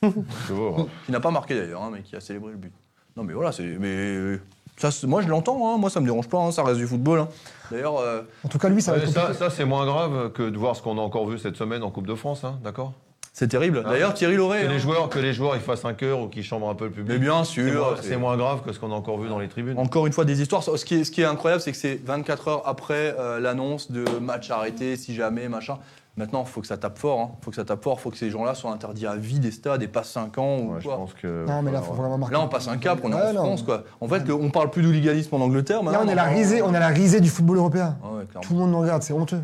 c'est beau, hein. Qui n'a pas marqué d'ailleurs, hein, mais qui a célébré le but. Non, mais voilà, c'est. Mais. euh, Ça, c'est- moi, je l'entends, hein. moi, ça me dérange pas, hein. ça reste du football. hein. D'ailleurs, euh, En tout cas, lui, ça va Ouais, être hein. ça, compliqué. ça, c'est moins grave que de voir ce qu'on a encore vu cette semaine en Coupe de France, hein, d'accord c'est terrible. D'ailleurs, Thierry Lauré. que, Ah, les hein. joueurs, que les joueurs ils fassent un cœur ou qu'ils chambrent un peu le Mais public, bien c'est moins- sûr. c'est moins grave que ce qu'on a encore vu dans les tribunes. Encore une fois, des histoires. Ce qui est, ce qui est incroyable, c'est que c'est 24 heures après euh, l'annonce de match arrêté, si jamais, machin. Maintenant, il faut que ça tape fort. Il faut que ça tape fort. faut que ces gens-là soient interdits à vie des stades et pas 5 ans ou Ouais, je quoi. pense que, Non, mais là, voilà, faut vraiment marquer. Là, on passe un cap, on est Ouais, en non. France, quoi. En fait, le- on parle plus d'hooliganisme en Angleterre. Là, maintenant, Ah on est la risée, on est la risée du football européen. Ouais, ouais, clairement. Tout le monde nous regarde, c'est honteux.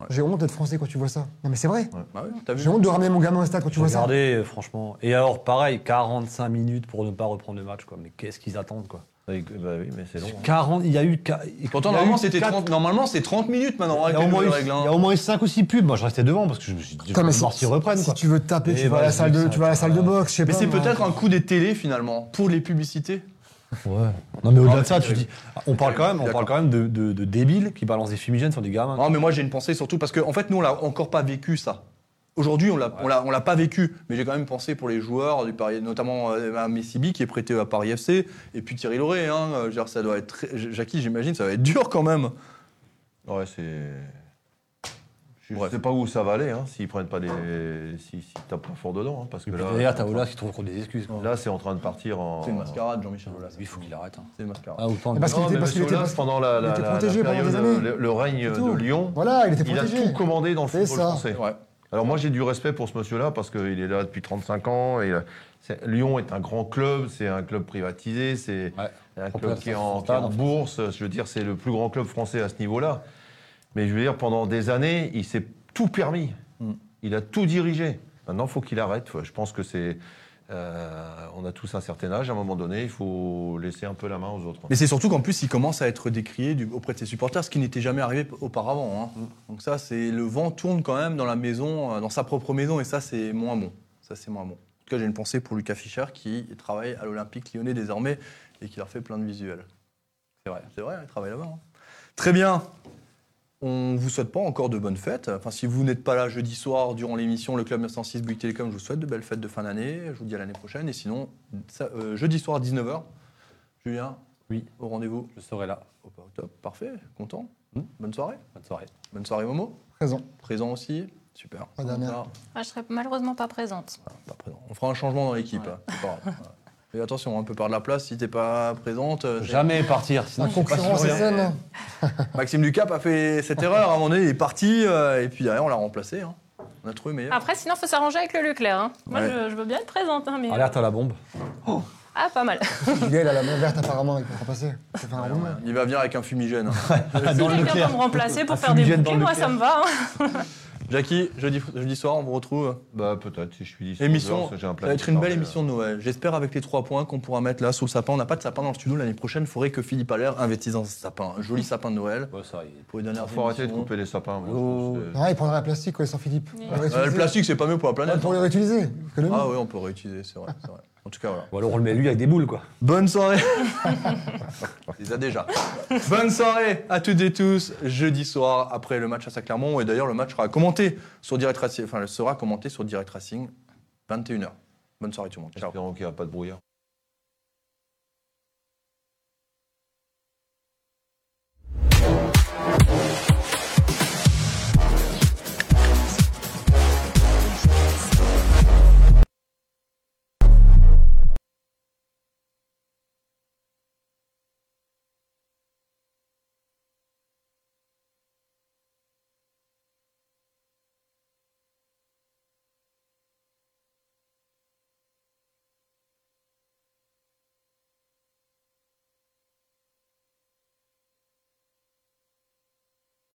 Ouais. J'ai honte d'être français quand tu vois ça. Non, mais c'est vrai. Bah ouais, t'as vu J'ai honte de ramener mon gamin au stade quand tu vois ça. Regardez, euh, franchement. Et alors, pareil, 45 minutes pour ne pas reprendre le match, quoi. Mais qu'est-ce qu'ils attendent, quoi Oui, que- bah oui, mais c'est long. hein. 40, il y a eu. ca- Pourtant, il y a normalement, eu c'était quatre- 30, normalement, c'est 30 minutes maintenant. Il Avec y a au les moins nouvelles eu- règles, hein. il y a au moins 5 ou 6 pubs. Moi, je restais devant parce que je me suis dit, Putain, mais je vais voir si- s'ils reprennent, si quoi. Eh bah, tu veux te taper, Et tu vas à voilà, la salle de, ça, tu vas à la ça, salle de ouais. boxe, je sais Mais pas. c'est moi. peut-être un coup des télés, finalement, pour les publicités. Ouais. Non, mais au-delà Ah, de ça, c'est tu dis. On parle quand même, on D'accord. Oh, parle quand même de, de- de débiles qui balancent des fumigènes sur des gamins. Non, Ah, mais moi j'ai une pensée surtout parce que en fait nous on l'a encore pas vécu ça. Aujourd'hui on l'a on l'a- on l'a pas vécu, mais j'ai quand même pensé pour les joueurs du Paris, notamment euh, à Messibi qui est prêté à Paris FC et puis Thierry Lauré. Hein, euh, je veux dire, ça doit être très- J- Jackie j'imagine ça va être dur quand même. Ouais, c'est. Je Bref. sais pas où ça va aller, hein, s'ils prennent pas des. Si, si tapent pas fort dedans, hein, parce que Et puis là. derrière, t'as Olas qui trouve des excuses. quoi. Là, c'est en train de partir en. C'est une mascarade Jean-Michel Aulas. Lui, il hein. faut qu'il arrête. hein. C'est une mascarade. Ah, autant Et de- parce qu'il Non, était, mais parce qu'il monsieur était, Aulas, parce- pendant la, il la- était la- protégé la pendant des période, euh, années. le, le règne C'est tout. de Lyon, Voilà, il était il a protégé. tout commandé dans le C'est football ça. Ah, français. Ouais. Alors moi, j'ai du respect pour ce monsieur-là parce qu'il est là depuis 35 ans. Et euh, c'est- Lyon est un grand club, c'est un club privatisé, c'est Ouais. un Propre club à qui est son en, qui est stade, en en fait. bourse. Je veux dire, c'est le plus grand club français à ce niveau-là. Hmm. Mais je veux dire, pendant des années, il s'est tout permis. Il a tout dirigé. Maintenant, il faut qu'il arrête. Ouais, Je pense que c'est. euh, on a tous un certain âge. À un moment donné, il faut laisser un peu la main aux autres. Mais c'est surtout qu'en plus, il commence à être décrié du- auprès de ses supporters, ce qui n'était jamais arrivé p- auparavant. hein. Donc ça, c'est le vent tourne quand même dans la maison, euh, dans sa propre maison, et ça, c'est moins bon. Ça, c'est moins bon. En tout cas, j'ai une pensée pour Lucas Fischer qui travaille à l'Olympique Lyonnais désormais et qui leur fait plein de visuels. C'est vrai, c'est vrai, il travaille là-bas. hein. Très bien. On vous souhaite pas encore de bonnes fêtes. Enfin, si vous n'êtes pas là jeudi soir durant l'émission Le Club 906 Bouygues Télécom, je vous souhaite de belles fêtes de fin d'année. Je vous dis à l'année prochaine. Et sinon, ça- euh, jeudi soir 19h, Julien, Oui. au rendez-vous. Je serai là. Au pa- top, parfait, content. Mm. Bonne soirée. Bonne soirée. Bonne soirée, Momo. Présent. Présent aussi. Super. Pas dernière. Ah, Moi, je serai malheureusement pas présente. pas présent. On fera un changement dans l'équipe. Ouais. hein, c'est pas grave. Ouais. Mais attention, un peu par de la place, si t'es pas présente. euh, c'est- Jamais partir. Sinon, La je suis pas concurrence sûr, est hein. saine. Maxime Ducap a fait cette erreur. À un moment donné, il est parti. euh, et puis derrière, on l'a remplacé. hein. On a trouvé meilleur. Après, sinon, faut s'arranger avec le Leclerc. hein. Moi, Ouais. je, je veux bien être présente, hein, mais Alerte à la bombe. ah, pas mal. Julien, il a la main verte apparemment, il peut pas passer. Il peut faire un Ah Ouais, roulement. ouais. Il va venir avec un fumigène. hein. Euh, Si Ah, Dans le quelqu'un Leclerc. peut me remplacer pour Un faire des fumigène bouquets, dans le moi, ça me va. hein. Jackie, jeudi, jeudi soir, on vous retrouve. Bah, peut-être, si je suis disponible. Émission. parce que j'ai un Ça planning va être une chargé, belle là. émission de Noël. J'espère avec les trois points qu'on pourra mettre là sous le sapin. On n'a pas de sapin dans le studio l'année prochaine. Il faudrait que Philippe Allaire investisse dans ce sapin. Un Joli sapin de Noël. Bon, ça, il- Pour les dernières Il faut arrêter de émissions. couper les sapins. moi, je Oh. pense que- Ah, il prendra la plastique, ouais, sans Philippe. Oui. Pour Euh, le réutiliser. plastique, c'est pas mieux pour la Ouais, planète. hein. Pour le réutiliser. économie. Ah oui, on peut réutiliser, c'est vrai, c'est vrai. En tout cas, voilà. Ou alors on le met lui avec des boules, quoi. Bonne soirée. Il les a déjà. Bonne soirée à toutes et tous. Jeudi soir, après le match à Clermont. Et d'ailleurs, le match sera commenté sur Direct Racing. Enfin, sera commenté sur Direct Racing, 21h. Bonne soirée tout le monde. Ciao. Espérons qu'il n'y a pas de brouillard.